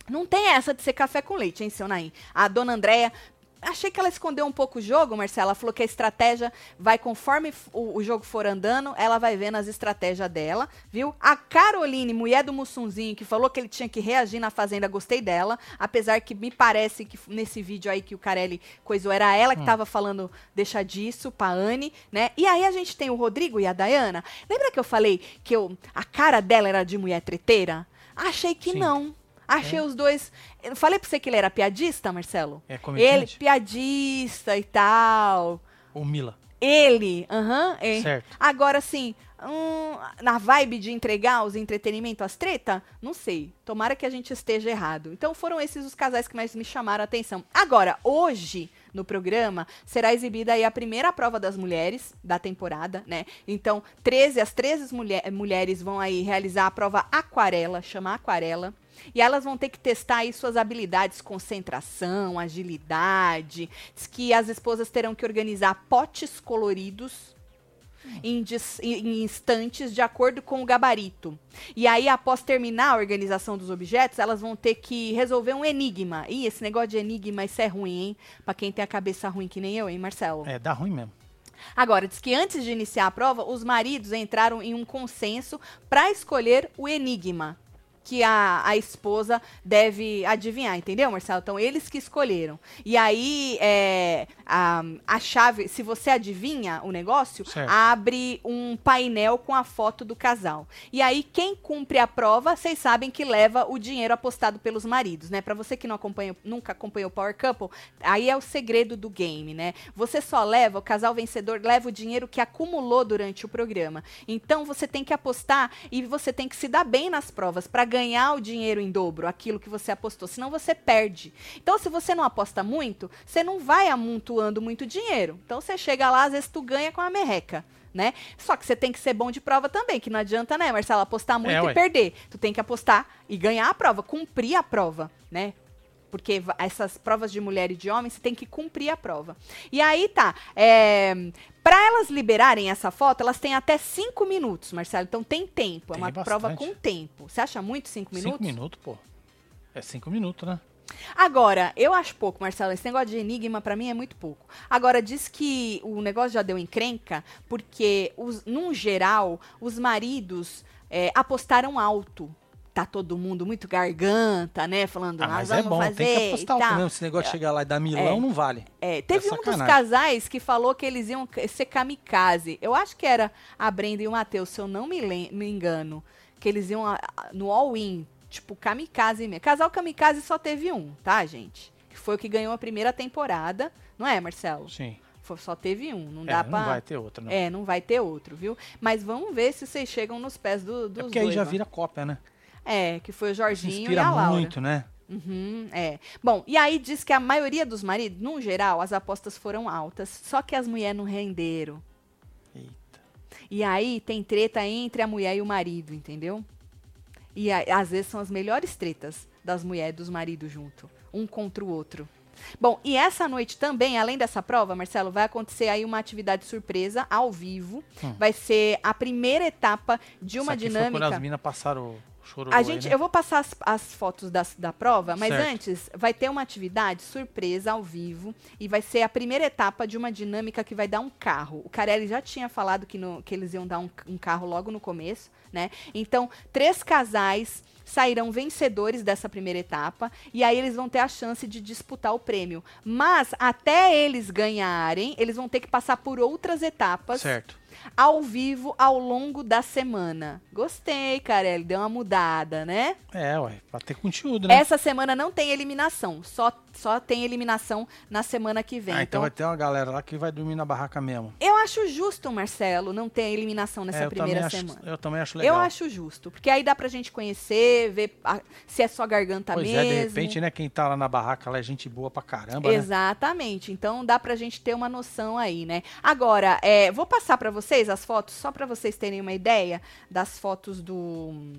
Speaker 1: Não tem essa de ser café com leite, hein, seu Naim? A dona Andréia. Achei que ela escondeu um pouco o jogo, Marcela. Ela falou que a estratégia vai conforme f- o, o jogo for andando, ela vai vendo as estratégias dela, viu? A Caroline, mulher do Mussunzinho, que falou que ele tinha que reagir na fazenda, gostei dela. Apesar que me parece que f- nesse vídeo aí que o Carelli coisou, era ela que tava falando deixa disso pra Anne, né? E aí a gente tem o Rodrigo e a Dayana. Lembra que eu falei que eu, a cara dela era de mulher treteira? Achei que
Speaker 2: Sim.
Speaker 1: não. Achei os dois. Eu falei pra você que ele era piadista, Marcelo?
Speaker 2: É
Speaker 1: Ele,
Speaker 2: comediante?
Speaker 1: piadista e tal.
Speaker 2: O Mila.
Speaker 1: Ele, aham. é.
Speaker 2: Certo.
Speaker 1: Agora, assim, hum, na vibe de entregar os entretenimentos às treta, não sei. Tomara que a gente esteja errado. Então foram esses os casais que mais me chamaram a atenção. Agora, hoje, no programa, será exibida aí a primeira prova das mulheres da temporada, né? Então, 13, as 13 mulher- mulheres vão aí realizar a prova aquarela, chamar aquarela. E elas vão ter que testar aí suas habilidades, concentração, agilidade. Diz que as esposas terão que organizar potes coloridos em, dis- em instantes de acordo com o gabarito. E aí, após terminar a organização dos objetos, elas vão ter que resolver um enigma. Ih, esse negócio de enigma, isso é ruim, hein? Pra quem tem a cabeça ruim que nem eu, hein, Marcelo?
Speaker 2: É, dá ruim mesmo.
Speaker 1: Agora, diz que antes de iniciar a prova, os maridos entraram em um consenso para escolher o enigma que a, a esposa deve adivinhar, entendeu, Marcelo? Então, eles que escolheram. E aí, é, a, a chave, se você adivinha o negócio,
Speaker 2: Certo.
Speaker 1: abre um painel com a foto do casal. E aí, quem cumpre a prova, vocês sabem que leva o dinheiro apostado pelos maridos, né? Pra você que não acompanha, nunca acompanhou o Power Couple, aí é o segredo do game, né? Você só leva, o casal vencedor leva o dinheiro que acumulou durante o programa. Então, você tem que apostar e você tem que se dar bem nas provas pra ganhar o dinheiro em dobro, aquilo que você apostou, senão você perde. Então, se você não aposta muito, você não vai amontoando muito dinheiro. Então, você chega lá, às vezes tu ganha com a merreca. Né? Só que você tem que ser bom de prova também, que não adianta, né, Marcela, apostar muito
Speaker 2: É,
Speaker 1: e
Speaker 2: ué.
Speaker 1: perder. Tu tem que apostar e ganhar a prova, cumprir a prova, né? Porque va- essas provas de mulher e de homem, você tem que cumprir a prova. E aí tá. É... Para elas liberarem essa foto, elas têm até cinco minutos, Marcelo. Então tem tempo. É
Speaker 2: Tem
Speaker 1: uma prova
Speaker 2: bastante.
Speaker 1: com tempo. Você acha muito cinco minutos?
Speaker 2: Cinco minutos, pô. É cinco minutos, né?
Speaker 1: Agora, eu acho pouco, Marcelo. Esse negócio de enigma, pra mim, é muito pouco. Agora, diz que o negócio já deu encrenca, porque, os, num geral, os maridos é, apostaram alto. tá todo mundo muito garganta, né? Falando,
Speaker 2: Ah,
Speaker 1: nós
Speaker 2: mas é
Speaker 1: vamos
Speaker 2: bom,
Speaker 1: fazer.
Speaker 2: tem que apostar
Speaker 1: e
Speaker 2: alto
Speaker 1: tal.
Speaker 2: mesmo. Esse negócio de chegar lá e dar milão não vale.
Speaker 1: É, teve
Speaker 2: É
Speaker 1: um dos
Speaker 2: sacanagem.
Speaker 1: casais que falou que eles iam c- ser kamikaze. Eu acho que era a Brenda e o Matheus, se eu não me, lem- me engano. Que eles iam a- a- no all-in. Tipo, kamikaze mesmo. Casal kamikaze só teve um, tá, gente? Que foi o que ganhou a primeira temporada. Não é, Marcelo?
Speaker 2: Sim.
Speaker 1: Foi- só teve um. Não
Speaker 2: É,
Speaker 1: dá pra.
Speaker 2: Não vai ter outra, não. É,
Speaker 1: É, não vai ter outro, viu? Mas vamos ver se vocês chegam nos pés do, dos
Speaker 2: É porque
Speaker 1: dois.
Speaker 2: aí já
Speaker 1: lá.
Speaker 2: vira cópia, né?
Speaker 1: É, que foi o
Speaker 2: Se
Speaker 1: Jorginho e
Speaker 2: inspira
Speaker 1: a Laura.
Speaker 2: muito, né?
Speaker 1: Uhum, é. Bom, e aí diz que a maioria dos maridos, no geral, as apostas foram altas, só que as mulheres não renderam.
Speaker 2: Eita.
Speaker 1: E aí tem treta entre a mulher e o marido, entendeu? E a- às vezes são as melhores tretas das mulheres e dos maridos junto, um contra o outro. Bom, e essa noite também, além dessa prova, Marcelo, vai acontecer aí uma atividade surpresa ao vivo.
Speaker 2: Hum.
Speaker 1: Vai ser a primeira etapa de
Speaker 2: Isso
Speaker 1: uma
Speaker 2: aqui
Speaker 1: dinâmica.
Speaker 2: Foi quando as minas passaram o chororô
Speaker 1: A
Speaker 2: aí,
Speaker 1: gente,
Speaker 2: né?
Speaker 1: eu vou passar as, as fotos das- da prova, mas
Speaker 2: Certo.
Speaker 1: antes vai ter uma atividade surpresa ao vivo e vai ser a primeira etapa de uma dinâmica que vai dar um carro. O Carelli já tinha falado que, no- que eles iam dar um, um carro logo no começo, né? Então, três casais sairão vencedores dessa primeira etapa e aí eles vão ter a chance de disputar o prêmio. Mas até eles ganharem, eles vão ter que passar por outras etapas
Speaker 2: Certo.
Speaker 1: ao vivo ao longo da semana. Gostei, Carelli, deu uma mudada, né?
Speaker 2: É, ué, pra ter conteúdo, né?
Speaker 1: Essa semana não tem eliminação, só, só tem eliminação na semana que vem.
Speaker 2: Ah, então
Speaker 1: então,
Speaker 2: vai ter uma galera lá que vai dormir na barraca mesmo.
Speaker 1: eu acho justo, Marcelo, não ter eliminação nessa
Speaker 2: É, eu
Speaker 1: primeira
Speaker 2: também
Speaker 1: semana.
Speaker 2: Acho, eu também acho
Speaker 1: eu
Speaker 2: legal.
Speaker 1: acho justo, porque aí dá pra gente conhecer, ver a- se é só garganta
Speaker 2: Pois
Speaker 1: mesmo.
Speaker 2: é, de repente, né? Quem tá lá na barraca lá é gente boa pra caramba, né?
Speaker 1: Exatamente. Então dá pra gente ter uma noção aí, né? Agora, é, vou passar pra vocês as fotos, só pra vocês terem uma ideia das fotos do.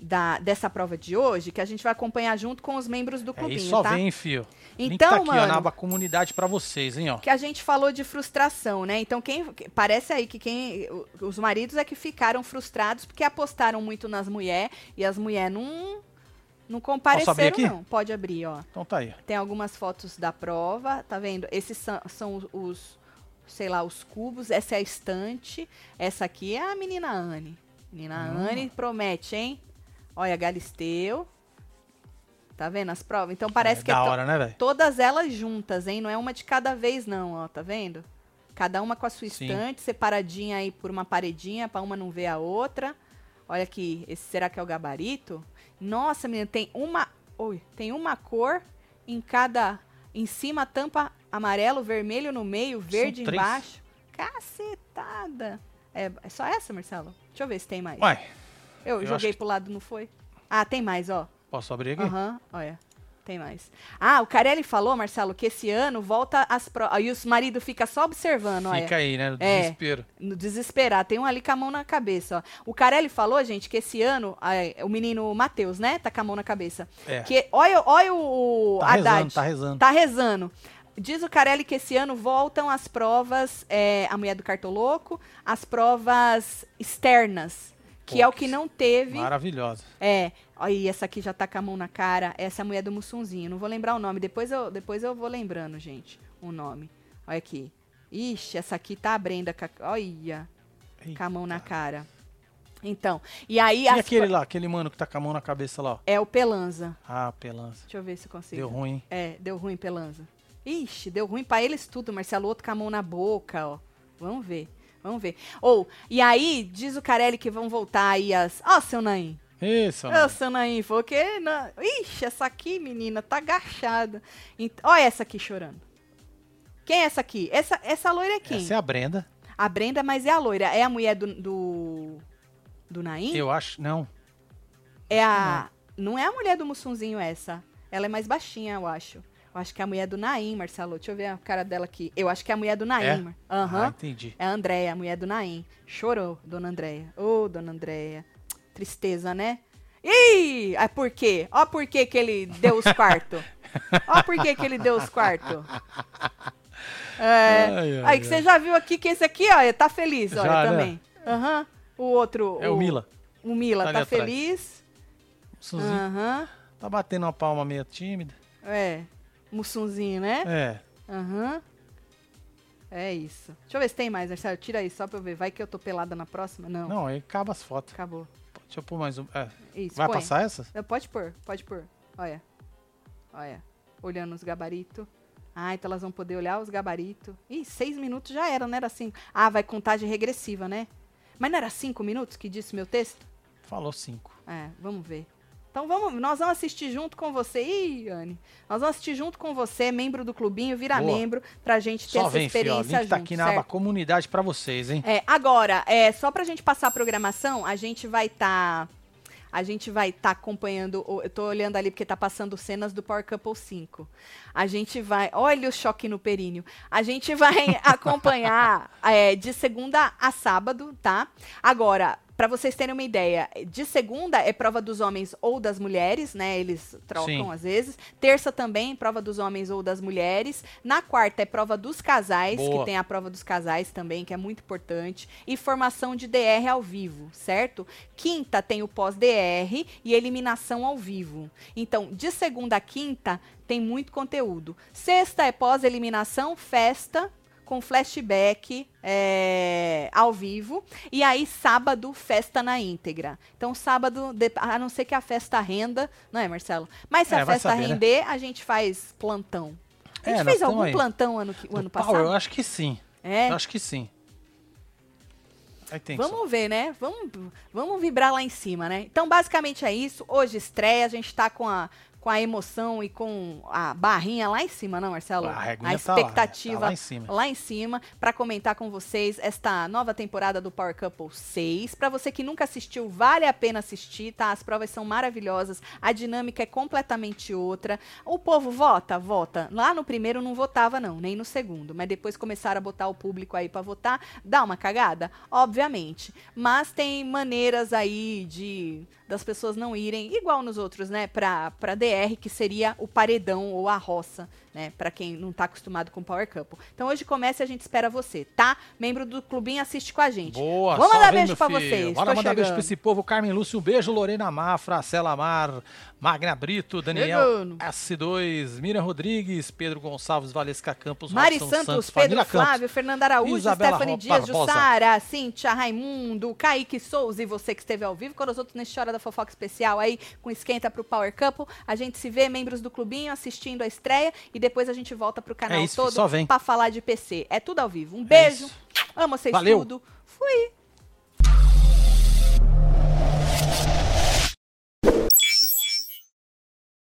Speaker 1: Da, dessa prova de hoje, que a gente vai acompanhar junto com os membros do
Speaker 2: É,
Speaker 1: clubinho,
Speaker 2: isso só
Speaker 1: tá?
Speaker 2: vem, fio. Link
Speaker 1: Então,
Speaker 2: tá aqui, ó,
Speaker 1: mano,
Speaker 2: na aba comunidade pra vocês, hein, ó.
Speaker 1: que a gente falou de frustração, né? Então, quem que- parece aí que quem o- os maridos é que ficaram frustrados porque apostaram muito nas mulheres e as mulheres não não
Speaker 2: abrir
Speaker 1: compareceram
Speaker 2: aqui?
Speaker 1: não. Pode abrir, ó.
Speaker 2: Então tá aí.
Speaker 1: Tem algumas fotos da prova, tá vendo? Esses são, são os- os, sei lá, os cubos. Essa é a estante. Essa aqui é a menina Anne. Menina
Speaker 2: Hum.
Speaker 1: Anne promete, hein? Olha, Galisteu. Tá vendo as provas? Então parece
Speaker 2: é,
Speaker 1: que é
Speaker 2: da
Speaker 1: to-
Speaker 2: hora, né, velho?
Speaker 1: todas elas juntas, hein? Não é uma de cada vez, não, ó. Tá vendo? Cada uma com a sua
Speaker 2: Sim.
Speaker 1: estante, separadinha aí por uma paredinha, pra uma não ver a outra. Olha aqui, esse será que é o gabarito? Nossa, menina, tem uma, oi, tem uma cor em cada, em cima tampa amarelo, vermelho no meio, verde
Speaker 2: três.
Speaker 1: embaixo. Cacetada. É, é só essa, Marcelo? Deixa eu ver se tem mais.
Speaker 2: Ué,
Speaker 1: eu,
Speaker 2: eu
Speaker 1: joguei
Speaker 2: acho
Speaker 1: pro lado, não foi? Ah, tem mais, ó.
Speaker 2: posso abrir aqui?
Speaker 1: Aham, olha. Tem mais. Ah, o Carelli falou, Marcelo, que esse ano volta as provas. Aí os maridos ficam só observando, olha.
Speaker 2: Fica aí, né? No
Speaker 1: É.
Speaker 2: desespero.
Speaker 1: No desesperar. Tem um ali com a mão na cabeça, ó. O Carelli falou, gente, que esse ano. ai, o menino Matheus, né? Tá com a mão na cabeça.
Speaker 2: É.
Speaker 1: Que, olha, olha o
Speaker 2: Tá
Speaker 1: Haddad.
Speaker 2: rezando, tá rezando.
Speaker 1: Tá rezando. Diz o Carelli que esse ano voltam as provas, é, a mulher do cartoloco, as provas externas, que é o que não teve
Speaker 2: Maravilhosa.
Speaker 1: é, aí essa aqui já tá com a mão na cara. Essa é a mulher do Mussunzinho. Não vou lembrar o nome. Depois eu, depois eu vou lembrando, gente, o nome. Olha aqui. Ixi, essa aqui tá a Brenda. com a- Olha, com a mão na cara. Então, e aí
Speaker 2: E
Speaker 1: as-
Speaker 2: aquele lá, aquele mano que tá com a mão na cabeça lá, ó.
Speaker 1: é o Pelanza.
Speaker 2: Ah, pelança.
Speaker 1: Deixa eu ver se eu consigo.
Speaker 2: Deu ruim, hein?
Speaker 1: É, deu ruim, Pelanza. Ixi, deu ruim pra eles tudo, Marcelo. Outro com a mão na boca, ó. Vamos ver, vamos ver. Ou, e aí, diz o Carelli que vão voltar aí as... Ó, seu Naim.
Speaker 2: Isso,
Speaker 1: Ô, Sanaí, foi o quê? Não. Ixi, essa aqui, menina, tá agachada. Ent- Olha essa aqui chorando. Quem é essa aqui? Essa, essa loira é quem?
Speaker 2: Essa é a Brenda.
Speaker 1: A Brenda, mas é a loira. É a mulher do. Do, do Naim?
Speaker 2: Eu acho. Não.
Speaker 1: é a. Não. é a mulher do Mussunzinho essa. Ela é mais baixinha, eu acho. Eu acho que é a mulher do Naim, Marcelo. Deixa eu ver a cara dela aqui. Eu acho que é a mulher do
Speaker 2: É?
Speaker 1: Naim. Mar- Aham.
Speaker 2: Ah, entendi.
Speaker 1: É a Andréia, a mulher do Naim. Chorou, dona Andréia. Ô, dona Andréia. Tristeza, né? Ih! É por quê? Ó por que que ele deu os quartos. Ó por que que ele deu os quartos. É,
Speaker 2: Ai, ai,
Speaker 1: aí que
Speaker 2: ai.
Speaker 1: você já viu aqui que esse aqui, ó, tá feliz, olha,
Speaker 2: Já, né?
Speaker 1: também. Aham. O outro...
Speaker 2: É o Mila.
Speaker 1: O Mila
Speaker 2: Tá
Speaker 1: tá,
Speaker 2: ali atrás.
Speaker 1: feliz.
Speaker 2: Suzinho.
Speaker 1: Aham.
Speaker 2: Tá batendo uma palma meio tímida.
Speaker 1: É. Mussunzinho, né?
Speaker 2: É.
Speaker 1: Aham. É isso. Deixa eu ver se tem mais, Marcelo. Tira aí só pra eu ver. Vai que eu tô pelada na próxima? Não.
Speaker 2: Não, aí acaba as fotos.
Speaker 1: Acabou.
Speaker 2: Deixa eu pôr mais um. é.
Speaker 1: Isso,
Speaker 2: Vai
Speaker 1: põe.
Speaker 2: passar essa?
Speaker 1: Não, Pode pôr, pode pôr. Olha. Olha. Olhando os gabaritos. Ah, então elas vão poder olhar os gabaritos. Ih, seis minutos já era, não era cinco. Ah, vai contagem regressiva, né? Mas não era cinco minutos que disse meu texto?
Speaker 2: Falou cinco.
Speaker 1: É, vamos ver. Então vamos, nós vamos assistir junto com você. Ih, Anne. Nós vamos assistir junto com você, membro do clubinho, vira
Speaker 2: Boa.
Speaker 1: membro, pra gente ter
Speaker 2: Só
Speaker 1: essa
Speaker 2: vem, filho. ó, O
Speaker 1: experiência
Speaker 2: link tá
Speaker 1: junto,
Speaker 2: aqui na
Speaker 1: certo?
Speaker 2: aba comunidade pra vocês, hein?
Speaker 1: É, agora, é, só pra gente passar a programação, a gente vai estar. a gente vai estar acompanhando. o- Eu tô olhando ali porque tá passando cenas do Power Couple 5. A gente vai. Olha o choque no períneo. A gente vai acompanhar é, de segunda a sábado, tá? Agora. Pra vocês terem uma ideia, de segunda é prova dos homens ou das mulheres, né? Eles trocam
Speaker 2: Sim.
Speaker 1: às vezes. Terça também, prova dos homens ou das mulheres. Na quarta é prova dos casais, que
Speaker 2: Boa.
Speaker 1: tem a prova dos casais também, que é muito importante. E formação de DR ao vivo, certo? Quinta tem o pós-DR e eliminação ao vivo. Então, de segunda a quinta, tem muito conteúdo. Sexta é pós-eliminação, festa. Com flashback é, ao vivo. E aí, sábado, festa na íntegra. Então, sábado, de- a não ser que a festa renda, não é, Marcelo? Mas se
Speaker 2: É,
Speaker 1: a
Speaker 2: vai
Speaker 1: festa
Speaker 2: saber, né?
Speaker 1: render, a gente faz plantão. A
Speaker 2: É, nós
Speaker 1: gente fez
Speaker 2: tamo
Speaker 1: algum
Speaker 2: aí.
Speaker 1: plantão ano, que- o ano
Speaker 2: Power,
Speaker 1: passado?
Speaker 2: eu acho que sim.
Speaker 1: É,
Speaker 2: Eu acho que sim. Aí tem que
Speaker 1: vamos ver, né? Vamos, vamos vibrar lá em cima, né? Então, basicamente é isso. Hoje estreia, a gente tá com a, com a emoção e com a barrinha lá em cima, não, Marcelo?
Speaker 2: A
Speaker 1: a
Speaker 2: reguinha tá lá, né?
Speaker 1: expectativa
Speaker 2: Tá lá em cima.
Speaker 1: lá em cima para comentar com vocês esta nova temporada do Power Couple 6. Para você que nunca assistiu, vale a pena assistir, tá? As provas são maravilhosas, a dinâmica é completamente outra. O povo vota, vota. Lá no primeiro não votava não, nem no segundo, mas depois começaram a botar o público aí para votar. Dá uma cagada, obviamente, mas tem maneiras aí de das pessoas não irem igual nos outros, né, para para DR, que seria o paredão ou a roça, né, para quem não tá acostumado com Power Couple. Então hoje começa e a gente espera você, tá? Membro do clubinho assiste com a gente.
Speaker 2: Boa,
Speaker 1: Vou
Speaker 2: salve,
Speaker 1: mandar
Speaker 2: meu
Speaker 1: beijo pra
Speaker 2: filho.
Speaker 1: vocês.
Speaker 2: Bora
Speaker 1: tô
Speaker 2: mandar beijo pra
Speaker 1: chegando.
Speaker 2: esse povo. Carmen Lúcio, um beijo. Lorena Mafra, Cela Mar, Magna Brito, Daniel
Speaker 1: Chegando.
Speaker 2: S2, Miriam Rodrigues, Pedro Gonçalves, Valesca Campos,
Speaker 1: Mari
Speaker 2: Robson
Speaker 1: Santos,
Speaker 2: família
Speaker 1: Pedro Flávio, Fernanda Araújo,
Speaker 2: Isabela
Speaker 1: Stephanie
Speaker 2: Ro-
Speaker 1: Dias,
Speaker 2: Barbosa.
Speaker 1: Jussara, Cíntia, Raimundo, Kaique Souza e você que esteve ao vivo com nós outros neste Hora da Fofoca Especial aí, com esquenta pro Power Couple. A gente se vê, membros do clubinho, assistindo a estreia e depois a gente volta pro canal
Speaker 2: É isso,
Speaker 1: todo
Speaker 2: só vem.
Speaker 1: pra falar de PC. É tudo ao vivo. Um beijo,
Speaker 2: isso.
Speaker 1: amo vocês
Speaker 2: Valeu.
Speaker 1: tudo. Fui!